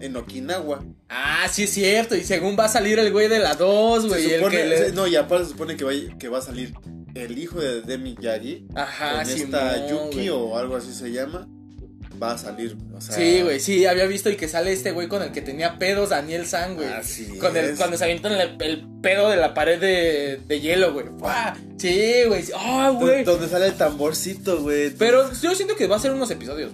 A: en Okinawa.
B: Ah, sí es cierto. Y según va a salir el güey de la 2, güey.
A: Se
B: el
A: supone-
B: que le-
A: se- No, y aparte se supone que va, a- que va a salir el hijo de Demi Yagi.
B: Ajá,
A: con
B: Ah, sí.
A: esta
B: no,
A: Yuki
B: güey.
A: o algo así se llama. Va a salir. o sea,
B: Sí, güey, sí, había visto y que sale este güey con el que tenía pedos Daniel San, güey.
A: Así
B: Con el,
A: es.
B: cuando se avientan el, el pedo de la pared de, de hielo, güey. ¡Fua! Sí, güey. sí. Ah,
A: do-
B: güey.
A: Donde sale el tamborcito, güey.
B: Pero yo siento que va a ser unos episodios.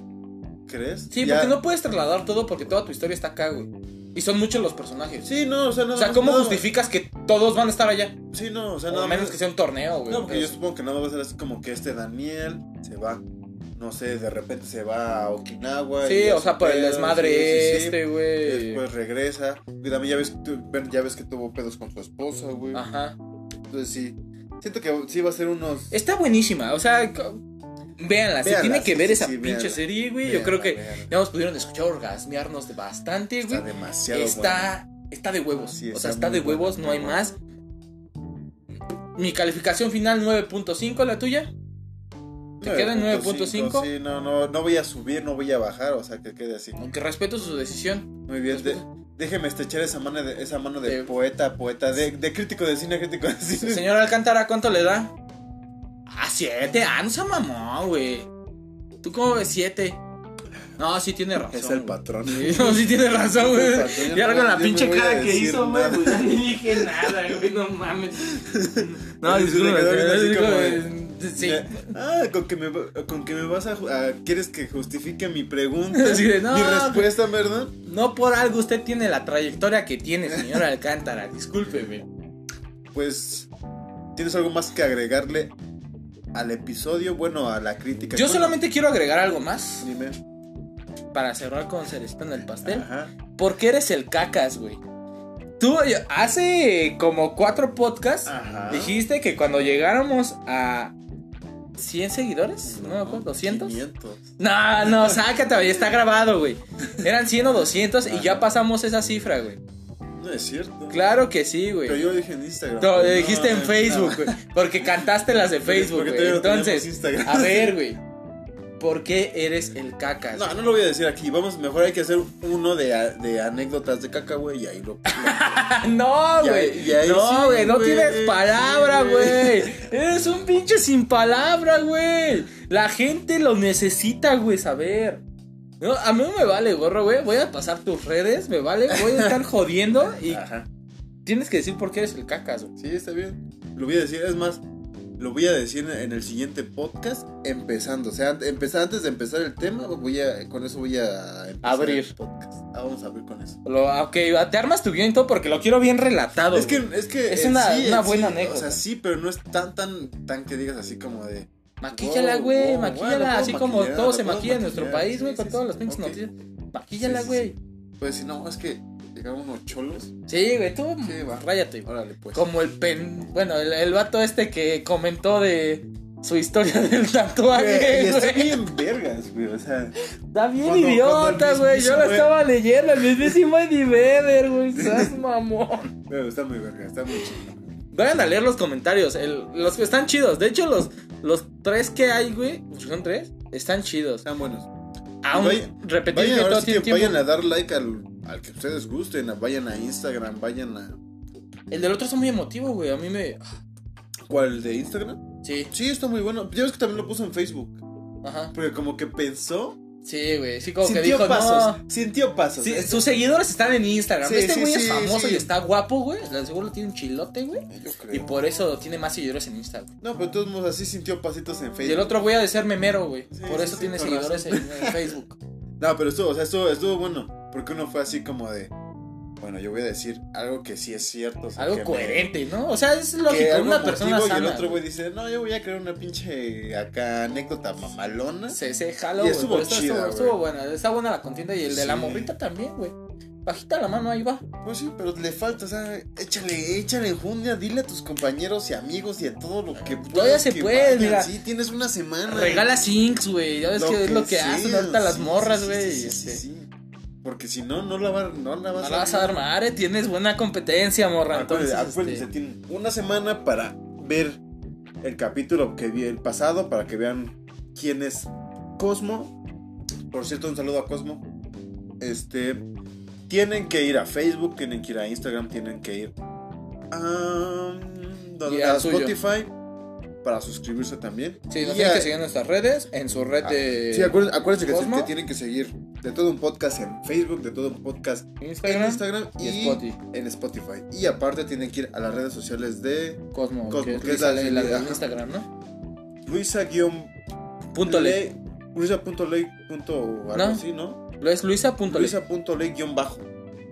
A: ¿Crees?
B: Sí,
A: Ya-
B: porque no puedes trasladar todo porque toda tu historia está acá, güey. Y son muchos los personajes.
A: Sí, no, o sea, nada
B: o sea,
A: más-
B: ¿cómo
A: nada-
B: justificas que todos van a estar allá?
A: Sí, no, o sea, nada
B: A menos
A: más-
B: que sea un torneo, güey.
A: No, porque
B: pero-
A: yo supongo que no va a ser así como que este Daniel se va, no sé, de repente se va a Okinawa. y
B: Sí,
A: a
B: o
A: su
B: sea, por el
A: pedo,
B: desmadre
A: sí, sí, sí.
B: este, güey.
A: Después regresa. Y también ya ves, que tu- ven, ya ves que tuvo pedos con su esposa, güey.
B: Ajá.
A: Entonces sí. Siento que sí va a ser unos.
B: Está buenísima, o sea, co- véanla, se
A: Véanla,
B: tiene que
A: sí,
B: ver
A: sí,
B: esa
A: sí,
B: pinche
A: véanla.
B: serie, güey. Yo
A: Véanla,
B: creo que
A: véanla.
B: ya nos pudieron escuchar orgasmearnos de bastante,
A: Está
B: güey.
A: demasiado bueno.
B: Está, está de huevos,
A: Sí,
B: o sea,
A: está
B: está
A: muy
B: de huevos,
A: buena.
B: no hay más. Mi calificación final 9.5, la tuya. ¿Te queda en 9.5?
A: Sí, no, no, no voy a subir, no voy a bajar, o sea, que quede así.
B: Aunque respeto su decisión.
A: Muy bien. de- déjeme estrechar esa mano de, esa mano de,
B: De-
A: poeta, poeta, de, de crítico de cine, crítico de cine.
B: Eh, Señor Alcántara, ¿cuánto le da? Ah, 7. Ah, no se mamó, güey. ¿Tú cómo ves 7? No, sí tiene razón.
A: Es el
B: güey.
A: patrón.
B: Sí, no, sí tienes razón, güey.
A: Exacto, yo
B: Y ahora
A: no-
B: con la
A: yo
B: pinche
A: no voy a
B: cara que
A: decir
B: hizo, güey,
A: nada.
B: pues ya ni dije nada, güey, no mames. No,
A: Sí, se le quedó viendo así como
B: disculpe. eh, Sí.
A: Ah, con que me, va- con que me vas a, ju- a- ¿Quieres que justifique mi pregunta?
B: Así de, no,
A: mi respuesta, ¿verdad?
B: No por algo usted tiene la trayectoria que tiene, señor Alcántara, discúlpeme.
A: Pues, ¿tienes algo más que agregarle al episodio? Bueno, a la crítica.
B: Yo
A: Bueno,
B: solamente quiero agregar algo más
A: Dime.
B: para cerrar con Cerecita en el pastel.
A: Ajá.
B: Porque eres el cacas, güey. Tú hace como cuatro podcasts
A: Ajá.
B: dijiste que cuando llegáramos a 100 seguidores, no, me acuerdo, 200.
A: 500.
B: No, no, sácate, güey, está grabado, güey. Eran 100 o 200 y ya
A: Ajá.
B: pasamos esa cifra, güey.
A: No es cierto.
B: Claro que sí,
A: Pero
B: güey.
A: yo lo dije en Instagram.
B: No,
A: No,
B: lo dijiste en
A: no.
B: Facebook, güey. Porque cantaste las de
A: Porque-
B: Facebook,
A: porque
B: güey.
A: todavía no tenemos
B: Entonces, ah,
A: Instagram.
B: a ver, güey. ¿Por qué eres el cacas?
A: No, no lo voy a decir aquí. Vamos, mejor hay que hacer uno de, a- de anécdotas de caca, güey, y ahí lo.
B: Ah, No,
A: Ya-
B: güey.
A: ya ahí
B: No,
A: sí,
B: güey, no
A: güey,
B: tienes
A: sí,
B: palabra, güey.
A: güey.
B: Eres un pinche sin palabra, güey. La gente lo necesita, güey, saber. No, a mí no me vale, gorro, güey. Voy a pasar tus redes, me vale. Voy a estar jodiendo y
A: Ajá.
B: tienes que decir por qué eres el cacas, güey.
A: Sí, está bien. Lo voy a decir, es más, lo voy a decir en el siguiente podcast empezando. O sea, ante- empezar, antes de empezar el tema, voy a, con eso voy a empezar
B: Abrir.
A: el podcast. Ah, vamos a abrir con eso.
B: Lo, ah, ok, va, te armas tu guión y todo porque lo quiero bien relatado.
A: Es que,
B: güey.
A: es que
B: Ah, Es
A: en
B: una-
A: en
B: una buena
A: O
B: anécdota.
A: sea, sí, pero no es tan, tan, tan que digas así como de.
B: Maquíllala,
A: Wow,
B: güey,
A: wow,
B: maquíllala.
A: wow, la puedo
B: así como
A: maquillar,
B: todo
A: la
B: se
A: puedo
B: maquilla en nuestro
A: maquillar,
B: país, güey,
A: sí,
B: con
A: sí,
B: todas
A: sí.
B: las pinches
A: Ok.
B: noticias. Maquíllala,
A: Sí, sí,
B: güey.
A: Pues si no, es que llegaron unos cholos.
B: Sí, güey, tú
A: Sí, va.
B: ráyate,
A: Órale, pues.
B: Como el pen. Bueno, el, el vato este que comentó de su historia del
A: Güey, y
B: tatuaje.
A: está
B: güey.
A: bien vergas, güey. O sea,
B: Está bien
A: Cuando- cuando
B: idiota,
A: el
B: güey. Yo
A: mismísimo,
B: lo
A: güey.
B: estaba leyendo, el mismísimo Eddie Vedder, güey. Estás mamón.
A: güey, está muy verga, está muy chido.
B: Vayan a leer los comentarios. el- los que están chidos. De hecho, los, los tres que hay, güey. pues, ¿Son tres? Están chidos.
A: Están buenos.
B: Aún
A: Vaya-
B: repetir
A: Vayan,
B: que
A: ahora
B: todo
A: sí
B: tiene
A: que
B: tiempo.
A: vayan a dar like al, al que ustedes gusten, a- vayan a Instagram, vayan a...
B: El del otro está muy emotivo, güey. A mí me. ah,
A: ¿Cuál? ¿De Instagram?
B: Sí.
A: Sí, está muy bueno. Ya ves que también lo puso en Facebook.
B: Ajá.
A: Porque como que pensó.
B: Sí, güey. Sí, como que
A: sintió
B: dijo,
A: pasos.
B: no.
A: Sintió pasos. ¿eh?
B: Sí,
A: Es-
B: sus seguidores están en Instagram.
A: Sí,
B: este
A: sí,
B: güey
A: sí,
B: es famoso
A: sí.
B: y está guapo, güey. La- Seguro tiene un chilote, güey.
A: Yo creo.
B: Y por eso tiene más seguidores en Instagram.
A: No, pero de todos modos así sintió pasitos en
B: Y
A: Facebook.
B: el otro güey ha de ser memero, güey.
A: Sí,
B: por
A: sí,
B: eso
A: sí,
B: tiene
A: con
B: seguidores en, en Facebook.
A: No, pero estuvo, o sea, estuvo, estuvo bueno. Porque uno fue así como de. Bueno, yo voy a decir algo que sí es cierto. o sea, que
B: Algo
A: me-
B: coherente, ¿no? O sea, es
A: que
B: lógico.
A: algo
B: Una persona
A: motivo,
B: sana.
A: Y el otro
B: güey.
A: güey dice, no, yo voy a crear una pinche acá anécdota mamalona.
B: Se, se jaló,
A: Mm. Y
B: güey.
A: estuvo
B: pero está-
A: chida,
B: estuvo,
A: güey.
B: estuvo buena. Está buena la contienda y el de la
A: Sí.
B: morrita también, güey. Bajita la mano, ahí va.
A: Pues sí, pero le falta, o sea, échale, échale enjundia, dile a tus compañeros y amigos y a todo lo que puedas.
B: se
A: que
B: puede,
A: vayan.
B: mira.
A: Sí, tienes una semana.
B: Regala Sinks, güey. Ya ves que, es lo que
A: sea,
B: hacen ahorita las
A: sí,
B: morras,
A: sí,
B: güey.
A: sí, sí,
B: este.
A: sí, sí. Porque si no, no la, va- no la vas
B: No la vas a armar, eh. Tienes buena competencia, morra.
A: Acuérdense,
B: Entonces,
A: acuérdense,
B: este,
A: tienen una semana para ver el capítulo que vi el pasado, para que vean quién es Cosmo. Por cierto, un saludo a Cosmo. Este, tienen que ir a Facebook, tienen que ir a Instagram, tienen que ir a, mm, donde-
B: Y al
A: a
B: suyo.
A: Spotify para suscribirse también.
B: sí, nos
A: Y
B: tienen
A: a-
B: que seguir en nuestras redes, en su red de
A: Ah, Sí, acuérdense, acuérdense que, se-
B: Cosmo.
A: que tienen que seguir de todo un podcast en Facebook, de todo un podcast en
B: Instagram,
A: Instagram
B: y Spotify.
A: en Spotify. Y aparte tienen que ir a las redes sociales de
B: Cosmo,
A: Cosmo,
B: que,
A: que
B: es
A: es
B: la,
A: la-
B: de- la de
A: ajá.
B: Instagram, ¿no?
A: Luisa guión
B: Punto le.
A: ley- Luisa punto ley punto algo
B: No.
A: así, ¿no?
B: Lo es Luisa punto le.
A: Luisa punto ley guión bajo.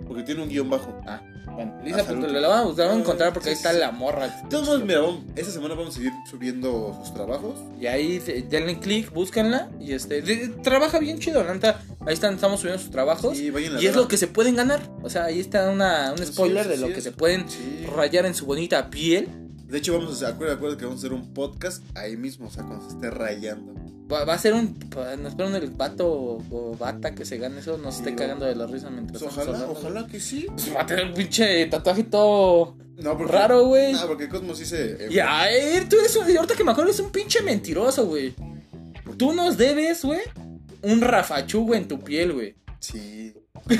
A: Porque tiene un guión bajo. Ah,
B: Bueno, Luisa
A: Hasta
B: punto
A: el
B: le. La van a buscar, la van a encontrar
A: Sí,
B: porque ahí está
A: sí.
B: la morra.
A: Entonces, mira, vamos- esta semana vamos a seguir subiendo sus trabajos.
B: Y ahí eh, denle clic, búsquenla y este. de- trabaja bien chido, la neta. Ahí están, estamos subiendo sus trabajos.
A: Y vayan a
B: Y es
A: ver a-
B: lo que se pueden ganar. O sea, ahí está una, un
A: Así
B: spoiler
A: es,
B: de
A: así
B: lo
A: es.
B: que se pueden
A: Sí.
B: rayar en su bonita piel.
A: De hecho, vamos a hacer, acuerda, acuerda que vamos a hacer un podcast ahí mismo, o sea, cuando se esté rayando. Pues
B: Va, va a ser un. pa- Nos esperan el vato o- o bata que se gane eso. No
A: Sí,
B: se esté
A: o-
B: cagando de la risa mientras.
A: Pues,
B: estamos
A: ojalá,
B: hablando.
A: ojalá que sí.
B: Pues va a tener un pinche tatuaje todo
A: No, porque,
B: raro, güey.
A: Ah, porque Cosmo sí se. eh,
B: Y ay, tú eres un. y Ahorita que me acuerdo, eres un pinche mentiroso, güey. Tú nos debes, güey, un rafachú, güey, en tu piel, güey.
A: Sí. Pues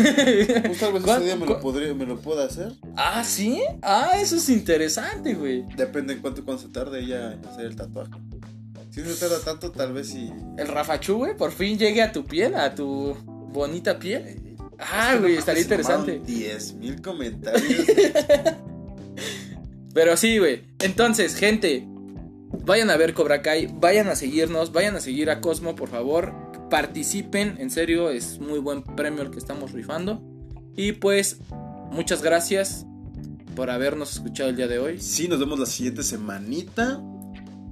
A: tal vez ese
B: ¿Cuán-
A: día me lo,
B: cuán-
A: podría, me lo pueda hacer.
B: ah, ¿sí? Ah, eso es interesante, güey.
A: Depende en cuánto, cuánto se tarde ella en hacer el tatuaje. Si no se tarda tanto, tal vez sí.
B: El rafachú, güey, por fin llegue a tu piel, a tu bonita piel.
A: Eh,
B: Ah, güey, estaría interesante.
A: 10 mil comentarios.
B: Pero sí, güey. Entonces, gente, vayan a ver Cobra Kai, vayan a seguirnos, vayan a seguir a Cosmo, por favor. Participen, en serio, es muy buen premio el que estamos rifando. Y pues, muchas gracias por habernos escuchado el día de hoy.
A: sí, nos vemos la siguiente semanita.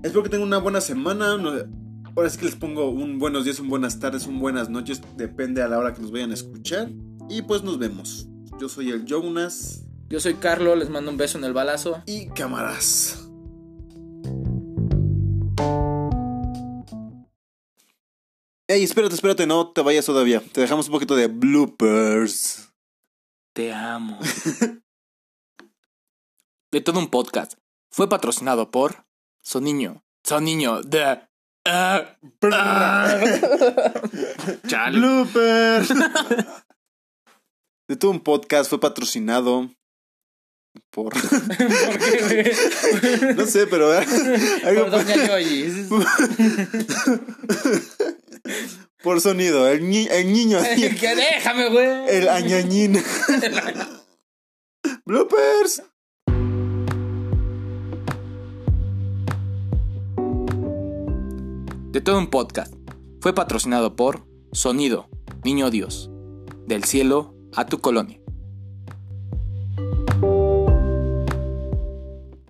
A: Espero que tengan una buena semana. No- Ahora sí que les pongo un buenos días, un buenas tardes, un buenas noches. Depende a la hora que nos vayan a escuchar. Y pues nos vemos. Yo soy el Jonas
B: Yo soy Carlo, les mando un beso en el balazo.
A: y cámaras. Ey, espérate, espérate, no te vayas todavía. Te dejamos un poquito de bloopers.
B: Te amo. De todo un podcast. Fue patrocinado por Soniño. Soniño de. Ah, Chale.
A: Blooper. De todo un podcast fue patrocinado por.
B: ¿Por qué, güey?
A: No sé, pero. eh, algo
B: Por
A: por,
B: Doña Yoyis.
A: por sonido. El, ni- el niño. así,
B: que déjame, güey.
A: El añañín. Bloopers.
B: De todo un podcast. Fue patrocinado por Sonido, Niño Dios. Del cielo a tu colonia.